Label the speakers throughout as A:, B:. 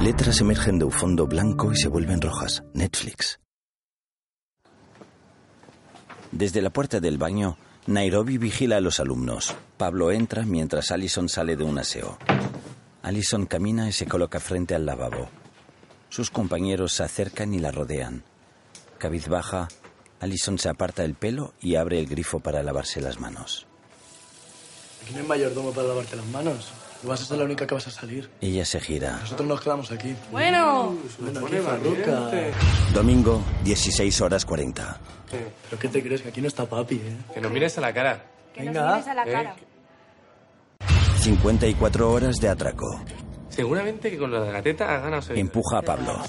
A: Letras emergen de un fondo blanco y se vuelven rojas. Netflix. Desde la puerta del baño, Nairobi vigila a los alumnos. Pablo entra mientras Allison sale de un aseo. Allison camina y se coloca frente al lavabo. Sus compañeros se acercan y la rodean. Cabizbaja, Allison se aparta el pelo y abre el grifo para lavarse las manos.
B: Aquí no hay mayordomo para lavarte las manos. Tú vas a ser la única que vas a salir.
A: Ella se gira.
B: Nosotros nos quedamos aquí.
C: Bueno,
B: Bueno, aquí, Farruca.
A: Domingo, 16 horas 40.
B: ¿Pero qué te crees? Que aquí no está papi, ¿eh?
D: Que no mires a la cara.
C: que nos
B: Venga,
C: mires a la
D: eh.
C: cara.
A: 54 horas de atraco.
D: Seguramente que con lo de la teta has ganado seguidores.
A: Empuja a Pablo.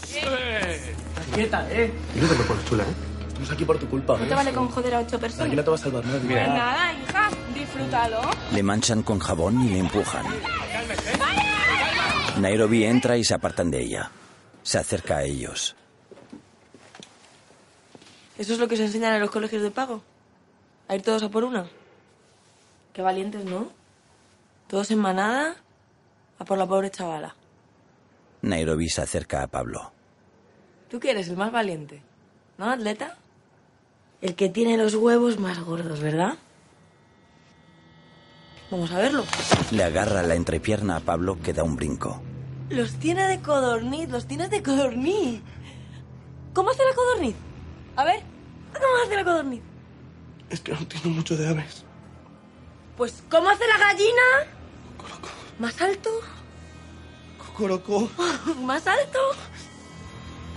B: Quieta, ¿eh?
D: Y no te me pones chula, ¿eh?
B: Estamos aquí por tu culpa. ¿eh?
C: No te vale con joder a ocho
B: Aquí no
C: personas.
B: te va a salvar nadie.
C: Pues nada, hija, disfrútalo.
A: Le manchan con jabón y le empujan. Nairobi entra y se apartan de ella. Se acerca a ellos.
E: Eso es lo que se enseñan en los colegios de pago. A ir todos a por una. Qué valientes, ¿no? Todos en manada a por la pobre chavala.
A: Nairobi se acerca a Pablo.
E: Tú que eres el más valiente, ¿no, atleta?
F: El que tiene los huevos más gordos, ¿verdad?
E: Vamos a verlo.
A: Le agarra la entrepierna a Pablo que da un brinco.
E: Los tiene de codorniz, los tienes de codorniz. ¿Cómo hace la codorniz? A ver, ¿cómo hace la codorniz?
B: Es que no tengo mucho de aves.
E: Pues, ¿cómo hace la gallina? ¿Más alto?
B: Cocorocó.
E: ¿Más alto?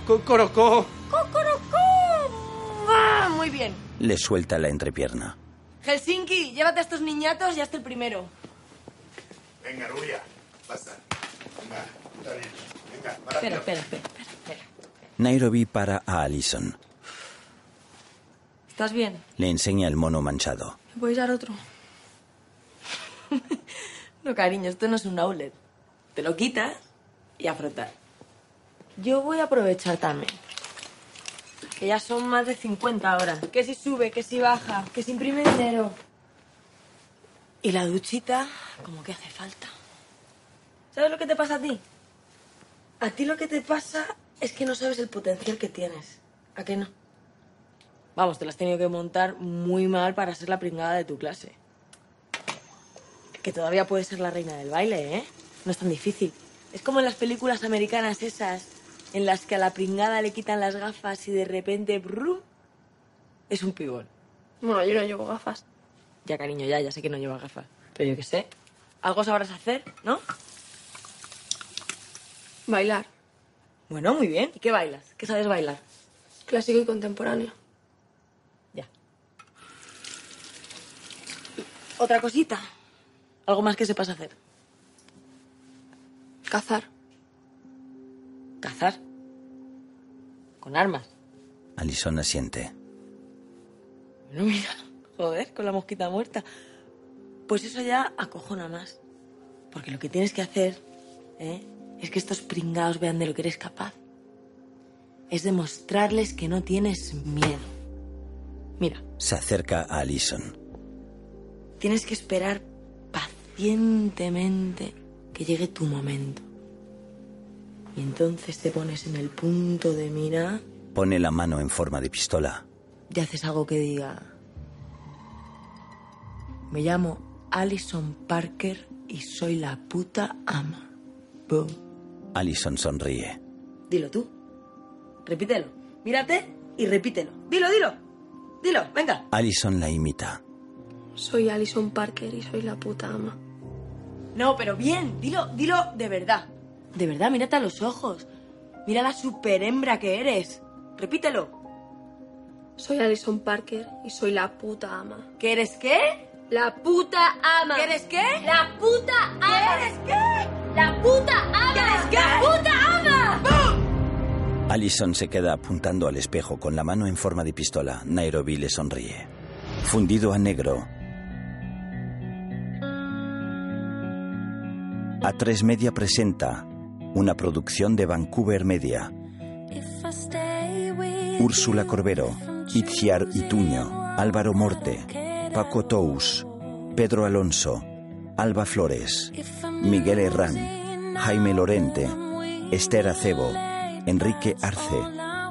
D: ¡Cocorocó!
E: ¡Cocorocó! ¡Va! Muy bien.
A: Le suelta la entrepierna.
E: Helsinki, llévate a estos niñatos y hazte el primero.
G: Venga, Rubia, basta. Venga, está bien. Venga, para.
E: Espera, espera, espera, espera, espera.
A: Nairobi para a Allison.
E: ¿Estás bien?
A: Le enseña el mono manchado.
E: ¿Me puedes dar otro? no, cariño, esto no es un outlet. Te lo quitas y a frotar.
F: Yo voy a aprovechar también.
E: Que ya son más de 50 ahora. Que si sube, que si baja, que si imprime dinero. Y la duchita, como que hace falta. ¿Sabes lo que te pasa a ti?
F: A ti lo que te pasa es que no sabes el potencial que tienes. ¿A qué no?
E: Vamos, te la has tenido que montar muy mal para ser la pringada de tu clase. Que todavía puedes ser la reina del baile, ¿eh? No es tan difícil. Es como en las películas americanas esas, en las que a la pringada le quitan las gafas y de repente, brum, es un pibón.
F: Bueno, yo no llevo gafas.
E: Ya, cariño, ya, ya sé que no llevas gafas. Pero yo qué sé. Algo sabrás hacer, ¿no?
F: Bailar.
E: Bueno, muy bien. ¿Y qué bailas? ¿Qué sabes bailar?
F: Clásico y contemporáneo.
E: Ya. Otra cosita. Algo más que sepas hacer.
F: Cazar.
E: ¿Cazar? ¿Con armas?
A: Allison asiente.
E: Bueno, mira, joder, con la mosquita muerta. Pues eso ya acojona más. Porque lo que tienes que hacer ¿eh? es que estos pringados vean de lo que eres capaz. Es demostrarles que no tienes miedo. Mira,
A: Se acerca a Allison.
E: tienes que esperar pacientemente que llegue tu momento. Y entonces te pones en el punto de mira
A: Pone la mano en forma de pistola.
E: y haces algo que diga. Me llamo Alison Parker y soy la puta ama. Boom.
A: Allison sonríe.
E: Dilo tú. Repítelo. Mírate y repítelo. Dilo, dilo. Dilo, venga.
A: Allison la imita.
F: Soy Alison Parker y soy la puta ama.
E: No, pero bien, dilo, dilo de verdad. De verdad, mírate a los ojos. Mira la superhembra que eres. Repítelo.
F: Soy Alison Parker y soy la puta ama.
E: ¿Que eres qué?
F: La puta ama.
E: ¿Que eres qué?
F: La puta ama.
E: ¿Que eres qué?
F: La puta ama.
E: La
F: puta ama.
A: Allison se queda apuntando al espejo con la mano en forma de pistola. Nairobi le sonríe. Fundido a negro. A3 Media presenta una producción de Vancouver Media. Úrsula Corbero, Itziar Ituño, Álvaro Morte, Paco Tous, Pedro Alonso, Alba Flores, Miguel Herrán, Jaime Lorente, Esther Acebo, Enrique Arce,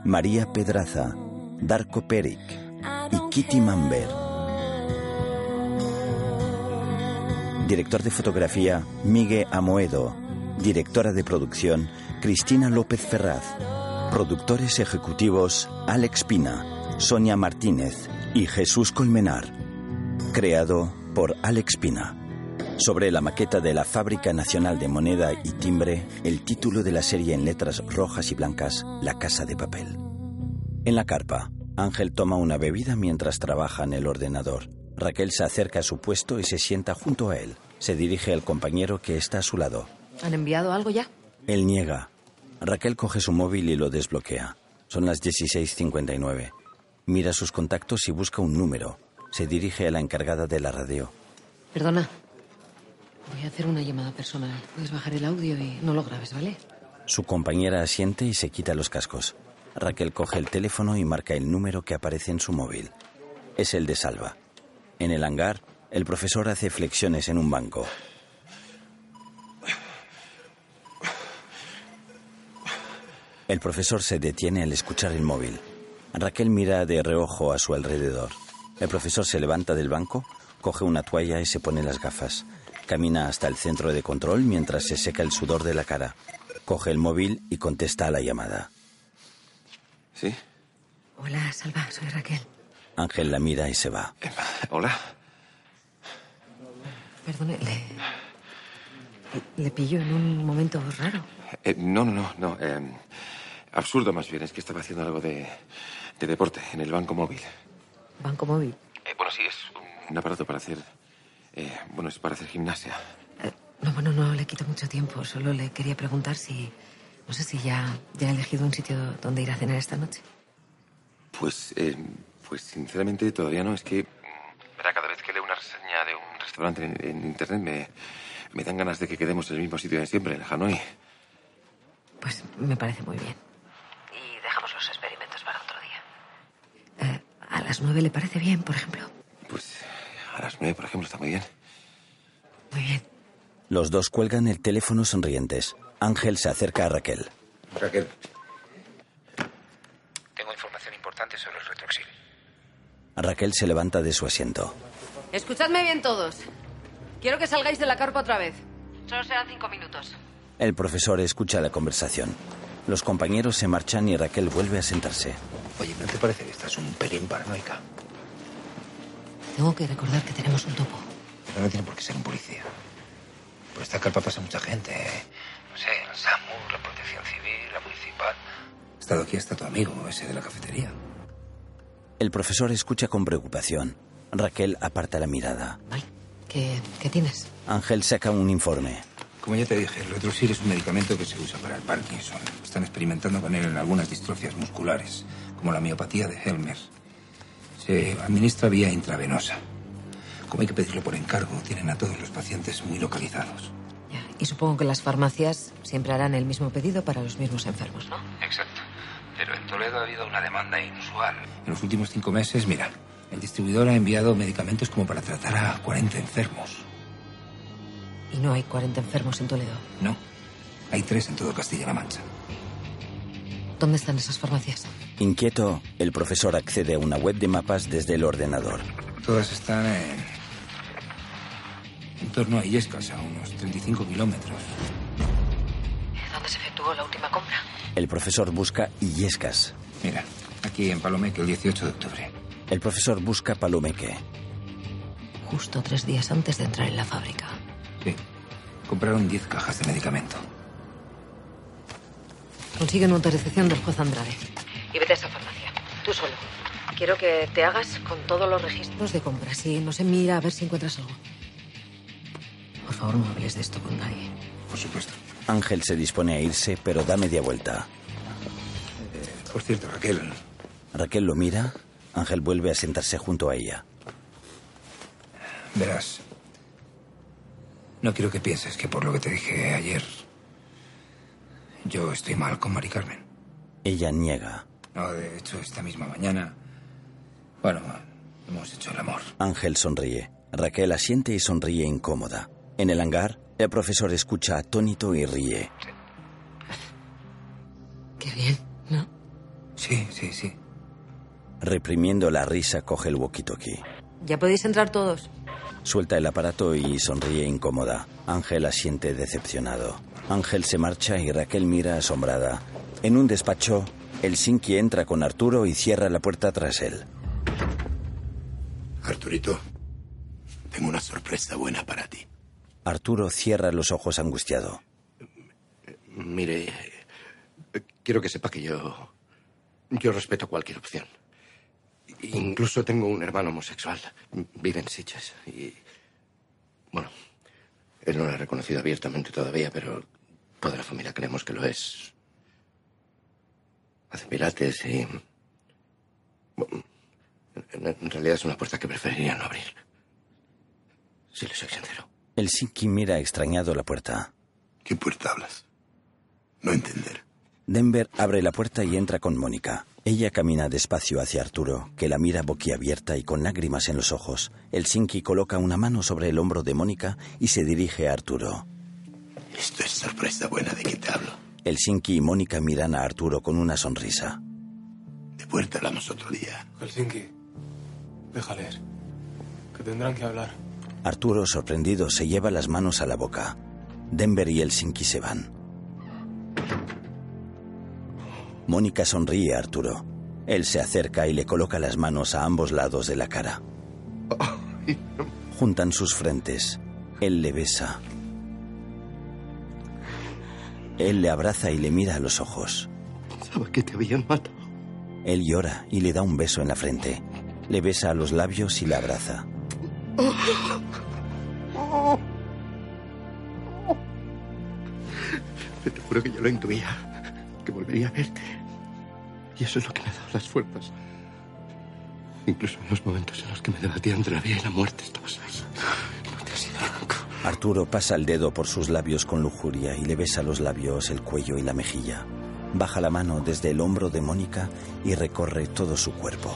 A: María Pedraza, Darko Peric y Kitty Mamber. Director de fotografía, Miguel Amoedo. Directora de producción, Cristina López Ferraz. Productores ejecutivos, Alex Pina, Sonia Martínez y Jesús Colmenar. Creado por Alex Pina. Sobre la maqueta de la Fábrica Nacional de Moneda y Timbre, el título de la serie en letras rojas y blancas, La Casa de Papel. En la carpa, Ángel toma una bebida mientras trabaja en el ordenador. Raquel se acerca a su puesto y se sienta junto a él. Se dirige al compañero que está a su lado.
H: ¿Han enviado algo ya?
A: Él niega. Raquel coge su móvil y lo desbloquea. Son las 16:59. Mira sus contactos y busca un número. Se dirige a la encargada de la radio.
H: Perdona. Voy a hacer una llamada personal. Puedes bajar el audio y no lo grabes, ¿vale?
A: Su compañera asiente y se quita los cascos. Raquel coge el teléfono y marca el número que aparece en su móvil. Es el de Salva. En el hangar, el profesor hace flexiones en un banco. El profesor se detiene al escuchar el móvil. Raquel mira de reojo a su alrededor. El profesor se levanta del banco, coge una toalla y se pone las gafas. Camina hasta el centro de control mientras se seca el sudor de la cara. Coge el móvil y contesta a la llamada.
I: ¿Sí?
H: Hola, Salva, soy Raquel.
A: Ángel la mira y se va.
I: Eh, Hola.
H: Perdone, le. Le pillo en un momento raro.
I: Eh, no, no, no, no. eh, absurdo más bien, es que estaba haciendo algo de, de deporte en el banco móvil.
H: Banco móvil.
I: Eh, bueno, sí, es un, un aparato para hacer... eh, bueno, es para hacer gimnasia.
H: No, bueno, no le quito mucho tiempo. Solo le quería preguntar si. No sé si ya, ya ha elegido un sitio donde ir a cenar esta noche.
I: Pues, eh, pues sinceramente todavía no, es que... mm, Verá, cada vez que leo una reseña de un restaurante en, en internet me, me dan ganas de que quedemos en el mismo sitio de siempre, en Hanoi.
H: Pues me parece muy bien.
I: Y dejamos los experimentos para otro día.
H: Eh, ¿A las nueve le parece bien, por ejemplo?
I: Pues a las nueve, por ejemplo, está muy bien.
A: Los dos cuelgan el teléfono sonrientes. Ángel se acerca a Raquel.
I: Raquel.
J: Tengo información importante sobre el retroxil.
A: Raquel se levanta de su asiento.
K: Escuchadme bien todos. Quiero que salgáis de la carpa otra vez. Solo serán cinco minutos.
A: El profesor escucha la conversación. Los compañeros se marchan y Raquel vuelve a sentarse.
J: Oye, ¿no te parece que estás un pelín paranoica?
H: Tengo que recordar que tenemos un topo.
J: Pero no tiene por qué ser un policía. Por esta carpa pasa mucha gente. ¿eh? No sé, el SAMUR, la Protección Civil, la Municipal. Ha estado aquí hasta tu amigo, ese de la cafetería.
A: El profesor escucha con preocupación. Raquel aparta la mirada.
H: ¿Qué, qué tienes?
A: Ángel saca un informe.
J: Como ya te dije, el Retrosil es un medicamento que se usa para el Parkinson. Están experimentando con él en algunas distrofias musculares, como la miopatía de Helmer. Se administra vía intravenosa. Como hay que pedirlo por encargo, tienen a todos los pacientes muy localizados.
H: Y supongo que las farmacias siempre harán el mismo pedido para los mismos enfermos, ¿no?
J: Exacto. Pero en Toledo ha habido una demanda inusual. En los últimos cinco meses, mira, el distribuidor ha enviado medicamentos como para tratar a 40 enfermos.
H: Y no hay 40 enfermos en Toledo.
J: No, hay tres en todo Castilla-La Mancha.
H: ¿Dónde están esas farmacias?
A: Inquieto, el profesor accede a una web de mapas desde el ordenador.
J: Todas están en, en torno a Illescas, a unos 35 kilómetros.
H: Eh, ¿Dónde se efectuó la última compra?
A: El profesor busca Illescas.
J: Mira, aquí en Palomeque el 18 de octubre.
A: El profesor busca Palomeque.
H: Justo tres días antes de entrar en la fábrica.
J: Compraron 10 cajas de medicamento.
H: Consigue una autorización del juez Andrade. Y vete a esa farmacia. Tú solo. Quiero que te hagas con todos los registros de compra. Sí, no sé, mira a ver si encuentras algo. Por favor, no hables de esto con nadie.
J: Por supuesto.
A: Ángel se dispone a irse, pero da media vuelta.
J: Por cierto, Raquel.
A: Raquel lo mira. Ángel vuelve a sentarse junto a ella.
J: Verás, no quiero que pienses que por lo que te dije ayer, yo estoy mal con Mari Carmen.
A: Ella niega.
J: No, de hecho, esta misma mañana, bueno, hemos hecho el amor.
A: Ángel sonríe. Raquel asiente y sonríe incómoda. En el hangar, el profesor escucha atónito y ríe.
H: Qué bien.
J: Sí, sí, sí.
A: Reprimiendo la risa, coge el walkie-talkie.
H: Ya podéis entrar todos.
A: Suelta el aparato y sonríe incómoda. Ángel asiente decepcionado. Ángel se marcha y Raquel mira asombrada. En un despacho, el Sinki entra con Arturo y cierra la puerta tras él.
G: Arturito, tengo una sorpresa buena para ti.
A: Arturo cierra los ojos angustiado.
L: Mire, eh, quiero que sepa que yo. Yo respeto cualquier opción. Incluso tengo un hermano homosexual. Vive en Siches. Y. Bueno, él no lo ha reconocido abiertamente todavía, pero toda la familia creemos que lo es. Hace pilates y. bueno, en- en realidad es una puerta que preferiría no abrir. Si le soy sincero.
A: El Sinki mira extrañado la puerta.
G: ¿Qué puerta hablas?
A: Denver abre la puerta y entra con Mónica. Ella camina despacio hacia Arturo, que la mira boquiabierta y con lágrimas en los ojos. El Sinki coloca una mano sobre el hombro de Mónica y se dirige a Arturo.
G: Esto es sorpresa buena de que te hablo.
A: El Sinki y Mónica miran a Arturo con una sonrisa.
G: De puerta hablamos otro día.
D: Helsinki, déjale ir. Que tendrán que hablar.
A: Arturo, sorprendido, se lleva las manos a la boca. Denver y el Sinki se van. Mónica sonríe a Arturo. Él se acerca y le coloca las manos a ambos lados de la cara. Juntan sus frentes. Él le besa. Él le abraza y le mira a los ojos.
L: Pensaba que te habían matado.
A: Él llora y le da un beso en la frente. Le besa a los labios y la abraza.
L: Te te juro que yo lo intuía, que volvería a verte. Y eso es lo que me ha dado las fuerzas. Incluso en los momentos en los que me debatía entre la vida y la muerte, estabas ahí.
A: Arturo pasa el dedo por sus labios con lujuria y le besa los labios, el cuello y la mejilla. Baja la mano desde el hombro de Mónica y recorre todo su cuerpo.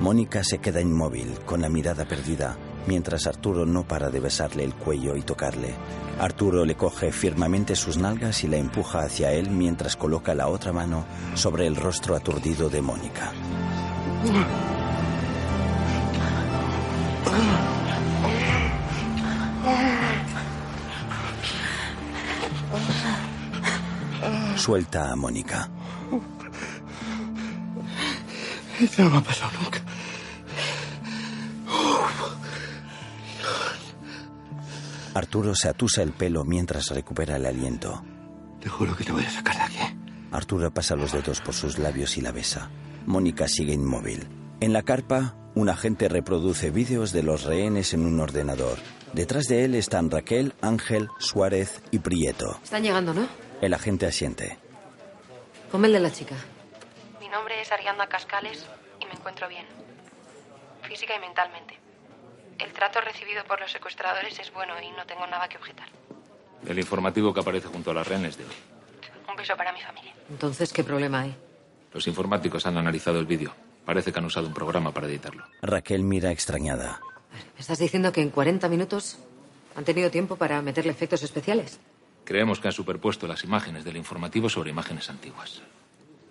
A: Mónica se queda inmóvil, con la mirada perdida, mientras Arturo no para de besarle el cuello y tocarle. Arturo le coge firmemente sus nalgas y la empuja hacia él mientras coloca la otra mano sobre el rostro aturdido de Mónica. Suelta a Mónica.
L: Eso no me ha pasado nunca.
A: Arturo se atusa el pelo mientras recupera el aliento.
L: Te juro que te voy a sacar de aquí.
A: Arturo pasa los dedos por sus labios y la besa. Mónica sigue inmóvil. En la carpa, un agente reproduce vídeos de los rehenes en un ordenador. Detrás de él están Raquel, Ángel, Suárez y Prieto.
H: Están llegando, ¿no?
A: El agente asiente.
H: Come el de la chica.
M: Mi nombre es Ariadna Cascales y me encuentro bien. Física y mentalmente. El trato recibido por los secuestradores es bueno y no tengo nada que objetar.
N: Del informativo que aparece junto a las rehenes de hoy.
M: Un beso para mi familia.
H: Entonces, ¿qué problema hay?
N: Los informáticos han analizado el vídeo. Parece que han usado un programa para editarlo.
A: Raquel mira extrañada.
H: ¿Me estás diciendo que en 40 minutos han tenido tiempo para meterle efectos especiales?
N: Creemos que han superpuesto las imágenes del informativo sobre imágenes antiguas.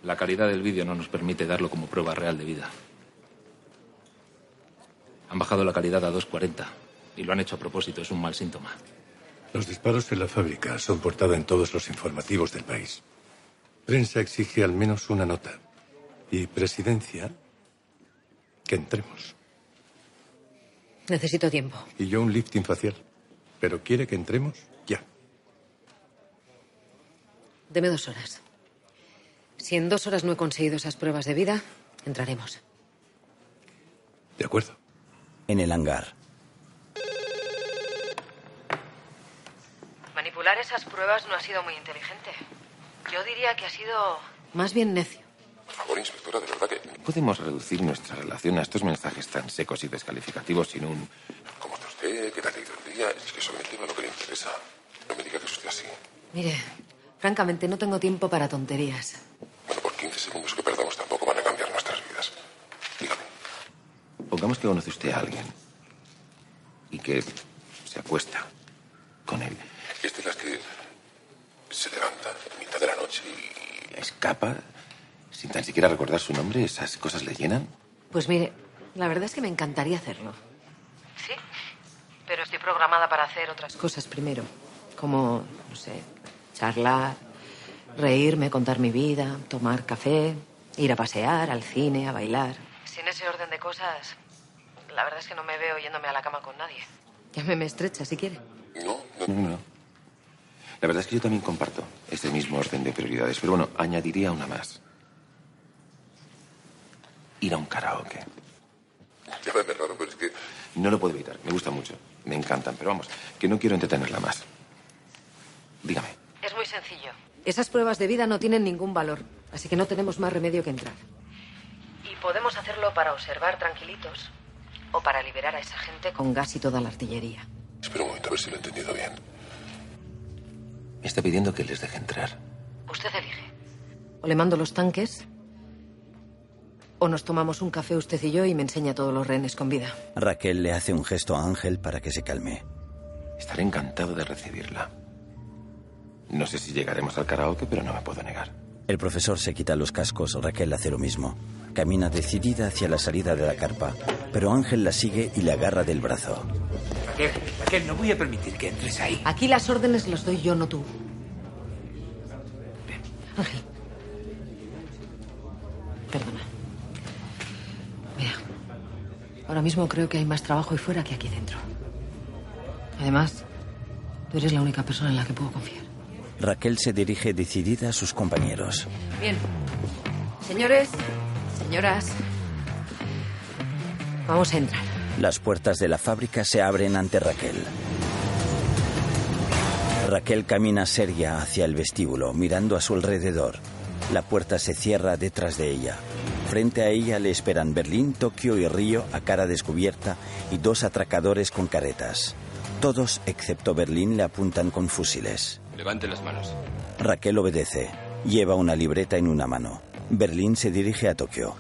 N: La calidad del vídeo no nos permite darlo como prueba real de vida. Han bajado la calidad a 2.40 y lo han hecho a propósito. Es un mal síntoma.
O: Los disparos en la fábrica son portada en todos los informativos del país. Prensa exige al menos una nota. Y presidencia, que entremos.
H: Necesito tiempo.
O: Y yo un lifting facial. Pero quiere que entremos ya.
H: Deme dos horas. Si en dos horas no he conseguido esas pruebas de vida, entraremos.
O: De acuerdo.
A: En el hangar,
H: Manipular esas pruebas no ha sido muy inteligente. Yo diría que ha sido... Más bien necio.
I: Por favor, inspectora, de verdad que... Podemos reducir nuestra relación a estos mensajes tan secos y descalificativos sin un... ¿Cómo está usted? ¿Qué tal ha ido el día? Es que sobre el tema lo que le interesa. No me diga que es usted así.
H: Mire, francamente no tengo tiempo para tonterías.
I: Bueno, por 15 segundos que perdamos tampoco van a cambiar nuestras vidas. Dígame. Pongamos que conoce usted a alguien y que se acuesta con él.
G: Es de las que se levanta en mitad de la noche y
I: Escapa. Sin tan siquiera recordar su nombre, esas cosas le llenan.
H: Pues mire, la verdad es que me encantaría hacerlo.
K: Sí, pero estoy programada para hacer otras
H: Cosas primero, como, no sé, charlar, reírme, contar mi vida, tomar café, ir a pasear, al cine, a bailar.
K: Sin ese orden de cosas, la verdad es que no me veo yéndome a la cama con nadie.
H: Llámeme estrecha si quiere.
I: No, no, no. La verdad es que yo también comparto este mismo orden de prioridades, pero bueno, añadiría una más. Ir a un karaoke.
G: llámame raro, pero es que
I: No lo puedo evitar, me gusta mucho, me encantan, pero vamos, que no quiero entretenerla más. Dígame.
K: Es muy sencillo.
H: Esas pruebas de vida no tienen ningún valor, así que no tenemos más remedio que entrar.
K: Y podemos hacerlo para observar tranquilitos o para liberar a esa gente con...
H: Con gas y toda la artillería.
G: Espera un momento, a ver si lo he entendido bien.
I: Me está pidiendo que les deje entrar.
H: Usted elige. O le mando los tanques, o nos tomamos un café usted y yo y me enseña todos los rehenes con vida.
A: Raquel le hace un gesto a Ángel para que se calme.
I: Estaré encantado de recibirla. No sé si llegaremos al karaoke, pero no me puedo negar.
A: El profesor se quita los cascos, Raquel hace lo mismo. Camina decidida hacia la salida de la carpa, pero Ángel la sigue y le agarra del brazo.
D: Raquel, Raquel, no voy a permitir que entres ahí.
H: Aquí las órdenes las doy yo, no tú. Ángel. Perdona. Mira, ahora mismo creo que hay más trabajo ahí fuera que aquí dentro. Además, tú eres la única persona en la que puedo confiar.
A: Raquel se dirige decidida a sus compañeros.
K: Bien. Señores, señoras,
H: Vamos a entrar.
A: Las puertas de la fábrica se abren ante Raquel. Raquel camina seria hacia el vestíbulo, mirando a su alrededor. La puerta se cierra detrás de ella. Frente a ella le esperan Berlín, Tokio y Río a cara descubierta y dos atracadores con caretas. Todos, excepto Berlín, le apuntan con fusiles.
P: Levante las manos.
A: Raquel obedece. Lleva una libreta en una mano. Berlín se dirige a Tokio.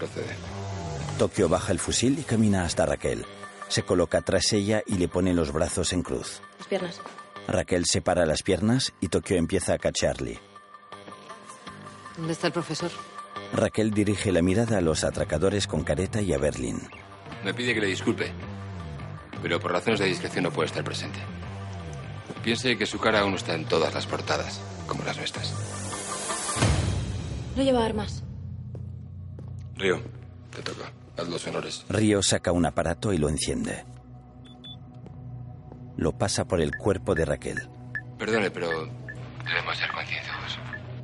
A: Tokio baja el fusil y camina hasta Raquel. Se coloca tras ella y le pone los brazos en cruz.
F: Las piernas.
A: Raquel separa las piernas y Tokio empieza a cachearle.
H: ¿Dónde está el profesor?
A: Raquel dirige la mirada a los atracadores con careta y a Berlín.
P: Me pide que le disculpe, pero por razones de discreción no puede estar presente. Piense que su cara aún está en todas las portadas, como las nuestras.
F: No lleva armas.
P: Río, te toca. Haz los honores.
A: Río saca un aparato y lo enciende. Lo pasa por el cuerpo de Raquel.
P: Perdone, pero debemos ser concienzudos.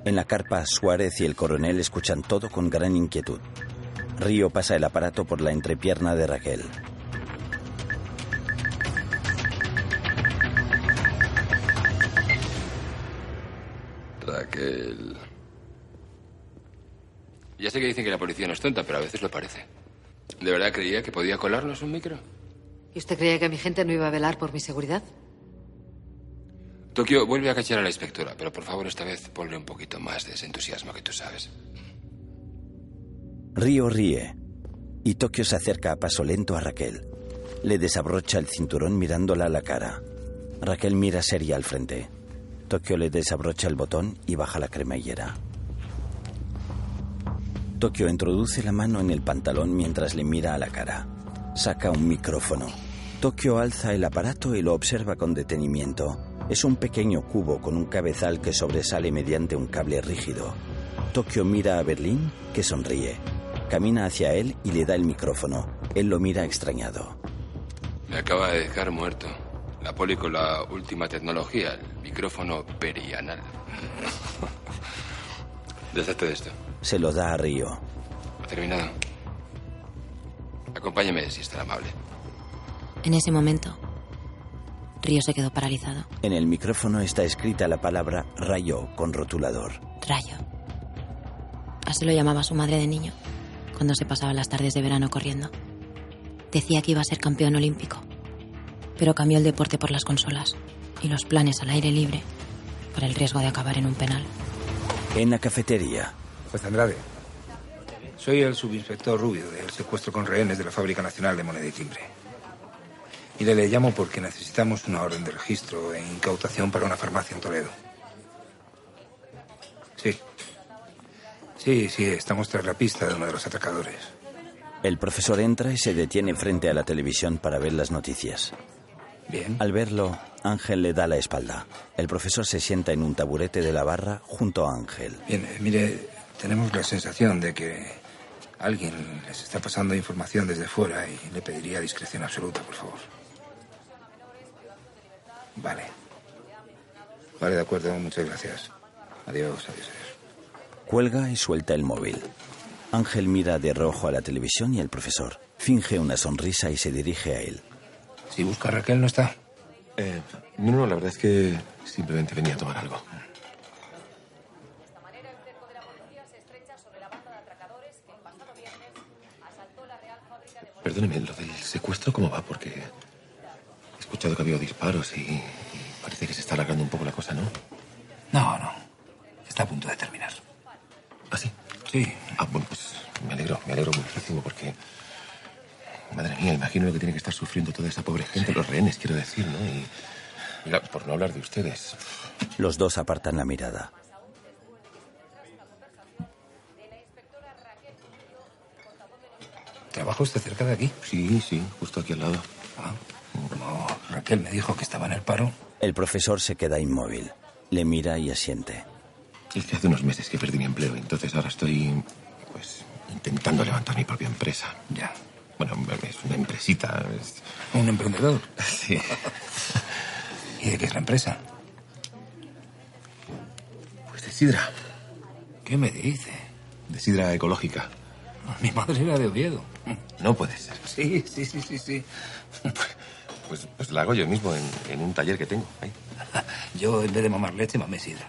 A: En la carpa, Suárez y el coronel escuchan todo con gran inquietud. Río pasa el aparato por la entrepierna de Raquel.
P: Raquel. Ya sé que dicen que la policía no es tonta, pero a veces lo parece. ¿De verdad creía que podía colarnos un micro?
H: ¿Y usted creía que mi gente no iba a velar por mi seguridad?
P: Tokio, vuelve a cachar a la inspectora, pero por favor esta vez ponle un poquito más de ese entusiasmo que tú sabes.
A: Río ríe y Tokio se acerca a paso lento a Raquel. Le desabrocha el cinturón mirándola a la cara. Raquel mira seria al frente. Tokio le desabrocha el botón y baja la cremallera. Tokio introduce la mano en el pantalón mientras le mira a la cara. Saca un micrófono. Tokio alza el aparato y lo observa con detenimiento. Es un pequeño cubo con un cabezal que sobresale mediante un cable rígido. Tokio mira a Berlín, que sonríe. Camina hacia él y le da el micrófono. Él lo mira extrañado.
P: Me acaba de dejar muerto. La poli con la última tecnología, el micrófono perianal. Deshazte de esto.
A: Se lo da a Río.
P: Terminado. Acompáñeme si es tan amable.
Q: En ese momento, Río se quedó paralizado.
A: En el micrófono está escrita la palabra rayo con rotulador.
Q: Rayo. Así lo llamaba su madre de niño, cuando se pasaba las tardes de verano corriendo. Decía que iba a ser campeón olímpico, pero cambió el deporte por las consolas y los planes al aire libre por el riesgo de acabar en un penal.
A: En la cafetería.
J: Juez Pues, Andrade. Soy el subinspector Rubio del secuestro con rehenes de la Fábrica Nacional de Moneda y Timbre. Mire, le llamo porque necesitamos una orden de registro e incautación para una farmacia en Toledo. Sí. Sí, sí, estamos tras la pista de uno de los atacadores.
A: El profesor entra y se detiene frente a la televisión para ver las noticias.
J: Bien.
A: Al verlo, Ángel le da la espalda. El profesor se sienta en un taburete de la barra junto a Ángel.
J: Bien, eh, mire, tenemos la sensación de que alguien les está pasando información desde fuera y le pediría discreción absoluta, por favor. Vale. Vale, de acuerdo, muchas gracias. Adiós, adiós.
A: Cuelga y suelta el móvil. Ángel mira de rojo a la televisión y el profesor finge una sonrisa y se dirige a él.
J: Si busca a Raquel, no está.
I: Eh, no, no, la verdad es que simplemente venía a tomar algo. Perdóneme, lo del secuestro, ¿cómo va? Porque he escuchado que ha habido disparos y, y parece que se está alargando un poco la cosa, ¿no?
J: No, no. Está a punto de terminar.
I: ¿Ah, sí?
J: Sí.
I: Ah, bueno, pues me alegro, me alegro muchísimo porque... Madre mía, imagino lo que tiene que estar sufriendo toda esa pobre gente, los rehenes, quiero decir, ¿no? Y, y la- por no hablar de ustedes.
A: Los dos apartan la mirada.
J: ¿Trabaja usted cerca de aquí?
I: Sí, sí, justo aquí al lado.
J: Ah, como Raquel me dijo que estaba en el paro.
A: El profesor se queda inmóvil. Le mira y asiente.
I: Es que hace unos meses que perdí mi empleo, entonces ahora estoy, pues, intentando levantar mi propia empresa.
J: Ya.
I: Bueno, es una empresita. es-
J: ¿Un emprendedor?
I: Sí.
J: ¿Y de qué es la empresa?
I: Pues de sidra.
J: ¿Qué me dice?
I: De sidra ecológica.
J: Mi madre era de Oviedo.
I: No puede ser.
J: Sí, sí, sí, sí, sí.
I: Pues, pues la hago yo mismo en, en un taller que tengo. ahí.
J: Yo, en vez de mamar leche, mamé sidra.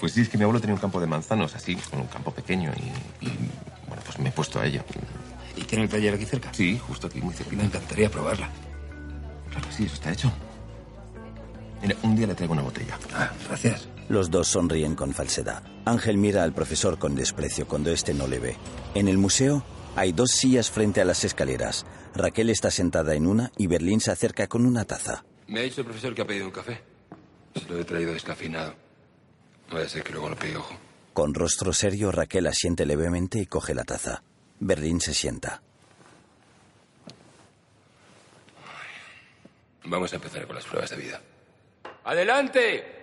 I: Pues sí, es que mi abuelo tenía un campo de manzanos, así, con un campo pequeño y, y, bueno, pues me he puesto a ello.
J: ¿Y tiene el taller aquí cerca?
I: Sí, justo aquí, muy cerca.
J: Me encantaría probarla.
I: Claro que sí, eso está hecho. Mira, un día le traigo una botella.
J: Ah, gracias.
A: Los dos sonríen con falsedad. Ángel mira al profesor con desprecio cuando éste no le ve. En el museo hay dos sillas frente a las escaleras. Raquel está sentada en una y Berlín se acerca con una taza.
P: Me ha dicho el profesor que ha pedido un café. Se lo he traído descafeinado. No vaya a ser que luego lo pegue ojo.
A: Con rostro serio, Raquel asiente levemente y coge la taza. Berlín se sienta.
P: Vamos a empezar con las pruebas de vida. ¡Adelante!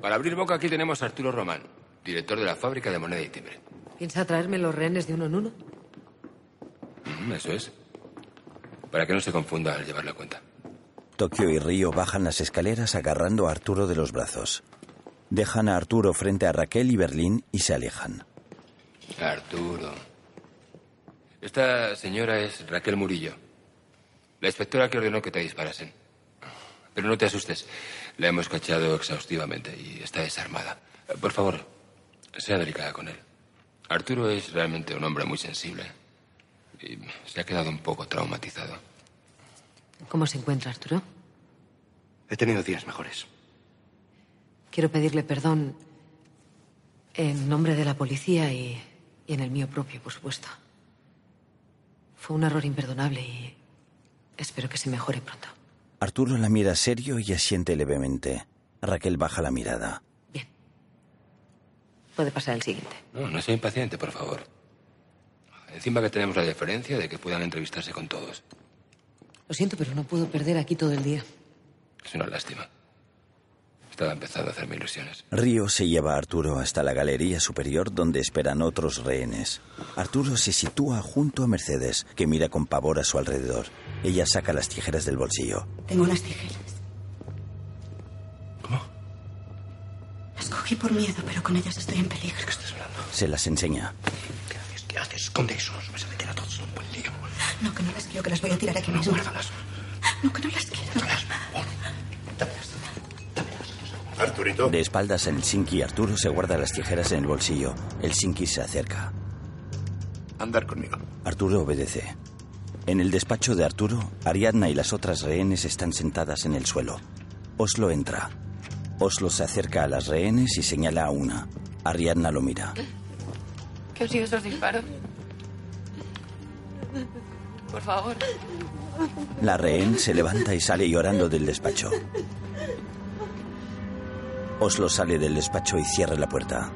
P: Para abrir boca aquí tenemos a Arturo Román, director de la fábrica de moneda y timbre.
H: ¿Piensa traerme los rehenes de uno en uno?
P: Mm, eso es. Para que no se confunda al llevar la cuenta.
A: Tokio y Río bajan las escaleras agarrando a Arturo de los brazos. Dejan a Arturo frente a Raquel y Berlín y se alejan.
P: Arturo. Esta señora es Raquel Murillo, la inspectora que ordenó que te disparasen. Pero no te asustes, la hemos cachado exhaustivamente y está desarmada. Eh, Por favor, sea delicada con él. Arturo es realmente un hombre muy sensible y se ha quedado un poco traumatizado.
H: ¿Cómo se encuentra Arturo?
L: He tenido días mejores.
H: Quiero pedirle perdón en nombre de la policía y, y en el mío propio, por supuesto. Fue un error imperdonable y espero que se mejore pronto.
A: Arturo la mira serio y asiente levemente. Raquel baja la mirada.
H: Puede pasar el siguiente.
P: No, no sea impaciente, por favor. Encima que tenemos la deferencia de que puedan entrevistarse con todos.
H: Lo siento, pero no puedo perder aquí todo el día.
P: Es una lástima. Estaba empezando a hacerme ilusiones.
A: Río se lleva a Arturo hasta la galería superior donde esperan otros rehenes. Arturo se sitúa junto a Mercedes, que mira con pavor a su alrededor. Ella saca las tijeras del bolsillo.
F: Tengo unas tijeras. ¿Cómo? Las cogí por miedo, pero con ellas estoy en peligro.
A: Se las enseña.
L: ¿Qué haces? Esconde eso. Nos vas a meter a todos en un buen lío.
F: No, que no las quiero, que las voy a tirar aquí
L: No,
F: mismo.
L: guárdalas.
F: No, que no las quiero.
A: De espaldas el Sinki, Arturo se guarda las tijeras en el bolsillo. El Sinki se acerca.
G: Andar conmigo.
A: Arturo obedece. En el despacho de Arturo, Ariadna y las otras rehenes están sentadas en el suelo. Oslo entra. Oslo se acerca a las rehenes y señala a una. Ariadna lo mira.
K: ¿Qué han sido esos disparos? Por favor.
A: La rehén se levanta y sale llorando del despacho. Oslo sale del despacho y cierra la puerta.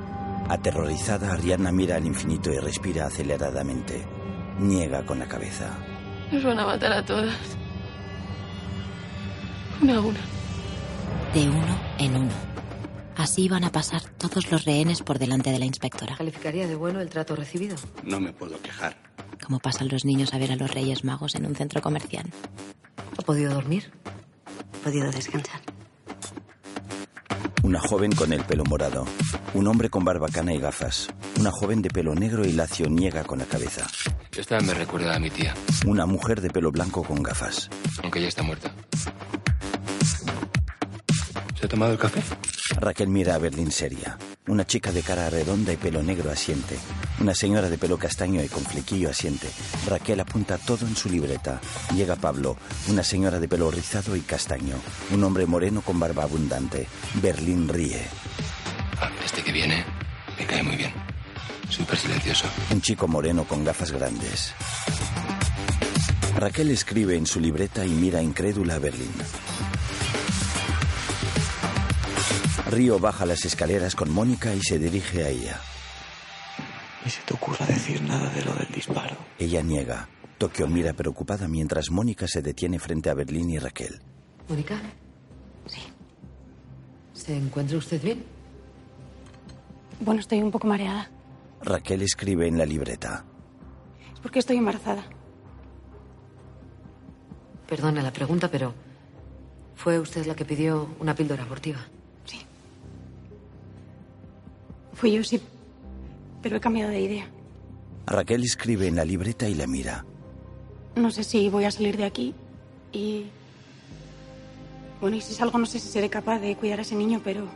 A: Aterrorizada, Ariadna mira al infinito y respira aceleradamente. Niega con la cabeza.
C: Nos van a matar a todas. Una a una.
Q: De uno en uno. Así van a pasar todos los rehenes por delante de la inspectora.
H: ¿Calificaría de bueno el trato recibido?
L: No me puedo quejar.
Q: Como pasan los niños a ver a los Reyes Magos en un centro comercial.
H: ¿Ha podido dormir? ¿Ha podido descansar?
A: Una joven con el pelo morado. Un hombre con barbacana y gafas. Una joven de pelo negro y lacio niega con la cabeza.
P: Esta me recuerda a mi tía,
A: Una mujer de pelo blanco con gafas.
P: aunque ya está muerta. ¿Se ha tomado el café?
A: Raquel mira a Berlín seria. Una chica de cara redonda y pelo negro asiente. Una señora de pelo castaño y con flequillo asiente. Raquel apunta todo en su libreta. Llega Pablo, una señora de pelo rizado y castaño. Un hombre moreno con barba abundante. Berlín ríe.
P: Este que viene me cae muy bien. Súper silencioso.
A: Un chico moreno con gafas grandes. Raquel escribe en su libreta y mira incrédula a Berlín. Río baja las escaleras con Mónica y se dirige a ella.
R: Ni se te ocurra decir nada de lo del disparo.
A: Ella niega. Tokio mira preocupada mientras Mónica se detiene frente a Berlín y Raquel.
H: ¿Mónica? Sí. ¿Se encuentra usted bien?
C: Bueno, estoy un poco mareada.
A: Raquel escribe en la libreta.
C: Es porque estoy embarazada.
H: Perdone la pregunta, pero ¿fue usted la que pidió una píldora abortiva?
C: Fui yo, sí. Pero he cambiado de idea.
A: Raquel escribe en la libreta y la mira.
C: No sé si voy a salir de aquí y... Bueno, y si salgo no sé si seré capaz de cuidar a ese niño, pero...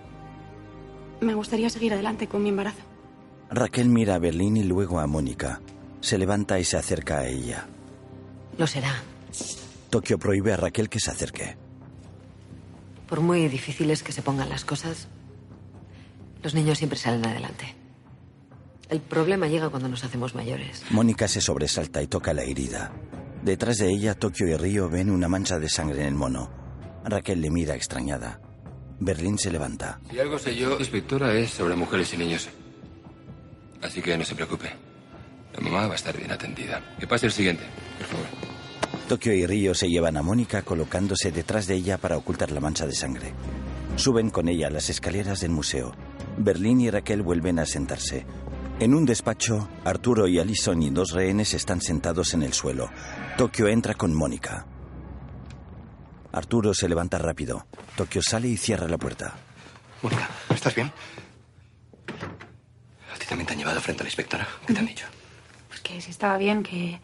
C: Me gustaría seguir adelante con mi embarazo.
A: Raquel mira a Berlín y luego a Mónica. Se levanta y se acerca a ella.
H: Lo será.
A: Tokio prohíbe a Raquel que se acerque.
H: Por muy difíciles que se pongan las cosas, los niños siempre salen adelante. El problema llega cuando nos hacemos mayores.
A: Mónica se sobresalta y toca la herida. Detrás de ella, Tokio y Río ven una mancha de sangre en el mono. Raquel le mira extrañada. Berlín se levanta.
P: Si algo sé yo, inspectora, es sobre mujeres y niños. Así que no se preocupe. La mamá va a estar bien atendida. Que pase el siguiente, por favor.
A: Tokio y Río se llevan a Mónica colocándose detrás de ella para ocultar la mancha de sangre. Suben con ella las escaleras del museo. Berlín y Raquel vuelven a sentarse. En un despacho, Arturo y Alison y dos rehenes están sentados en el suelo. Tokio entra con Mónica. Arturo se levanta rápido. Tokio sale y cierra la puerta.
L: Mónica, ¿estás bien? A ti también te han llevado frente a la inspectora. ¿Qué te han dicho?
C: Pues que si estaba bien, que,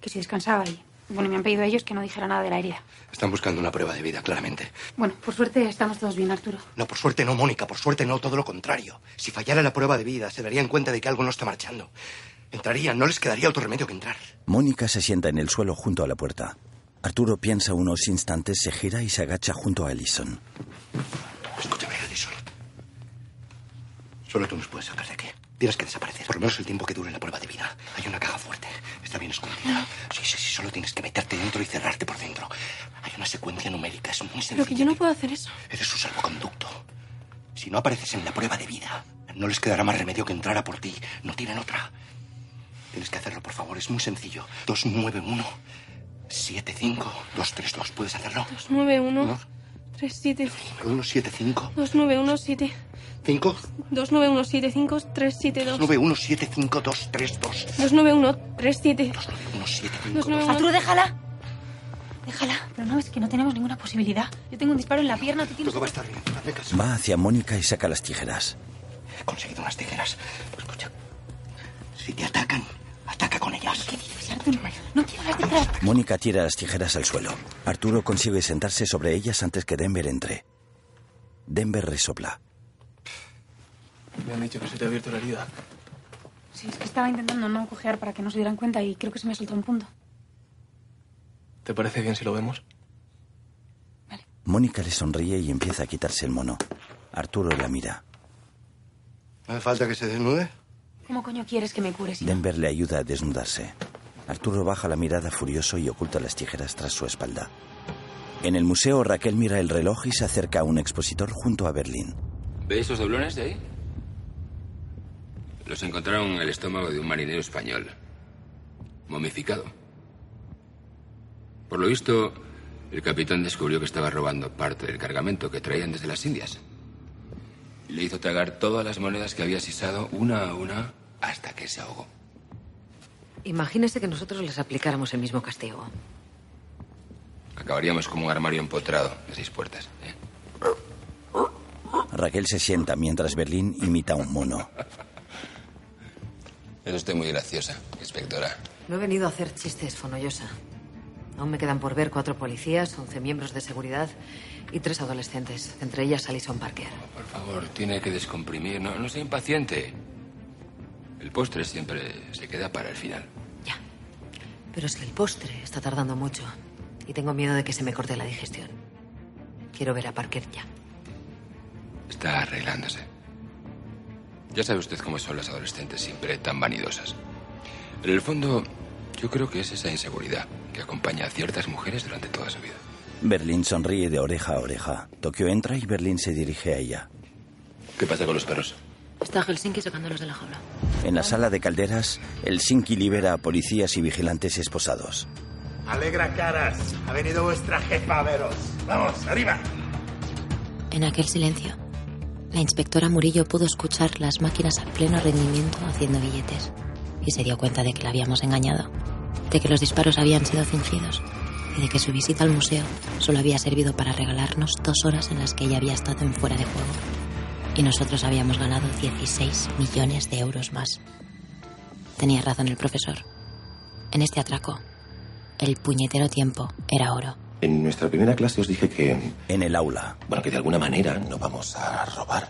C: que si descansaba y... Bueno, me han pedido a ellos que no dijera nada de la herida.
L: Están buscando una prueba de vida, claramente.
C: Bueno, por suerte estamos todos bien, Arturo.
L: No, por suerte no, Mónica, por suerte no, todo lo contrario. Si fallara la prueba de vida, se darían cuenta de que algo no está marchando. Entrarían, no les quedaría otro remedio que entrar.
A: Mónica se sienta en el suelo junto a la puerta. Arturo piensa unos instantes, se gira y se agacha junto a Alison.
L: Escúchame, Alison. Solo tú nos puedes sacar de aquí. Tienes que desaparecer, por lo menos el tiempo que dure la prueba de vida. Hay una caja fuerte, está bien escondida. Sí, sí, sí, solo tienes que meterte dentro y cerrarte por dentro. Hay una secuencia numérica, es muy
C: Pero que
L: sencilla.
C: yo no puedo hacer eso.
L: Eres su salvoconducto. Si no apareces en la prueba de vida, no les quedará más remedio que entrar a por ti. No tienen otra. Tienes que hacerlo, por favor, es muy sencillo. 291 75 232, ¿puedes hacerlo?
C: 291 375
L: 175
C: 2917
L: 5
C: 29175 372
L: 9175232 232
C: 29137
F: Arturo, déjala. Déjala.
C: Pero no ves que no tenemos ninguna posibilidad. Yo tengo un disparo en la pierna, tú tienes...
L: Todo va a estar bien, hazme caso.
A: Va hacia Mónica y saca las tijeras.
L: He conseguido unas tijeras. Escucha. Si te atacan, ataca con ellas.
C: No quiero hablar de trato.
A: Mónica tira las tijeras al suelo. Arturo consigue sentarse sobre ellas antes que Denver entre. Denver resopla.
B: Me han dicho que se te ha abierto la herida.
C: Sí, es que estaba intentando no cojear para que no se dieran cuenta y creo que se me ha soltado un punto.
B: ¿Te parece bien si lo vemos?
A: Mónica le sonríe y empieza a quitarse el mono. Arturo la mira.
L: ¿No hace falta que se desnude?
C: ¿Cómo coño quieres que me cures?
A: Denver le ayuda a desnudarse. Arturo baja la mirada furioso y oculta las tijeras tras su espalda. En el museo, Raquel mira el reloj y se acerca a un expositor junto a Berlín.
P: ¿Veis esos doblones de ahí? Los encontraron en el estómago de un marinero español, momificado. Por lo visto, el capitán descubrió que estaba robando parte del cargamento que traían desde las Indias. Le hizo tragar todas las monedas que había sisado una a una hasta que se ahogó.
H: Imagínese que nosotros les aplicáramos el mismo castigo.
P: Acabaríamos como un armario empotrado de seis puertas. ¿eh?
A: Raquel se sienta mientras Berlín imita a un mono.
P: Es usted muy graciosa, inspectora.
H: No he venido a hacer chistes, Fonollosa. Aún me quedan por ver cuatro policías, once miembros de seguridad y tres adolescentes, entre ellas Alison Parker.
P: Por favor, tiene que descomprimir. No, no sea impaciente. El postre siempre se queda para el final.
H: Pero es que el postre está tardando mucho y tengo miedo de que se me corte la digestión. Quiero ver a Parker ya.
P: Está arreglándose. Ya sabe usted cómo son las adolescentes, siempre tan vanidosas. En el fondo, yo creo que es esa inseguridad que acompaña a ciertas mujeres durante toda su vida.
A: Berlín sonríe de oreja a oreja. Tokio entra y Berlín se dirige a ella.
P: ¿Qué pasa con los perros?
Q: Está Helsinki sacándolos de la jaula.
A: En la sala de calderas, el Sinki libera a policías y vigilantes esposados.
G: Alegra caras. Ha venido vuestra jefa a veros. Vamos, arriba.
Q: En aquel silencio, la inspectora Murillo pudo escuchar las máquinas a pleno rendimiento haciendo billetes y se dio cuenta de que la habíamos engañado, de que los disparos habían sido fingidos y de que su visita al museo solo había servido para regalarnos dos horas en las que ella había estado en fuera de juego y nosotros habíamos ganado 16 millones de euros más. Tenía razón el profesor. En este atraco, el puñetero tiempo era oro.
I: En nuestra primera clase os dije que...
A: En el aula.
I: Bueno, que de alguna manera no vamos a robar.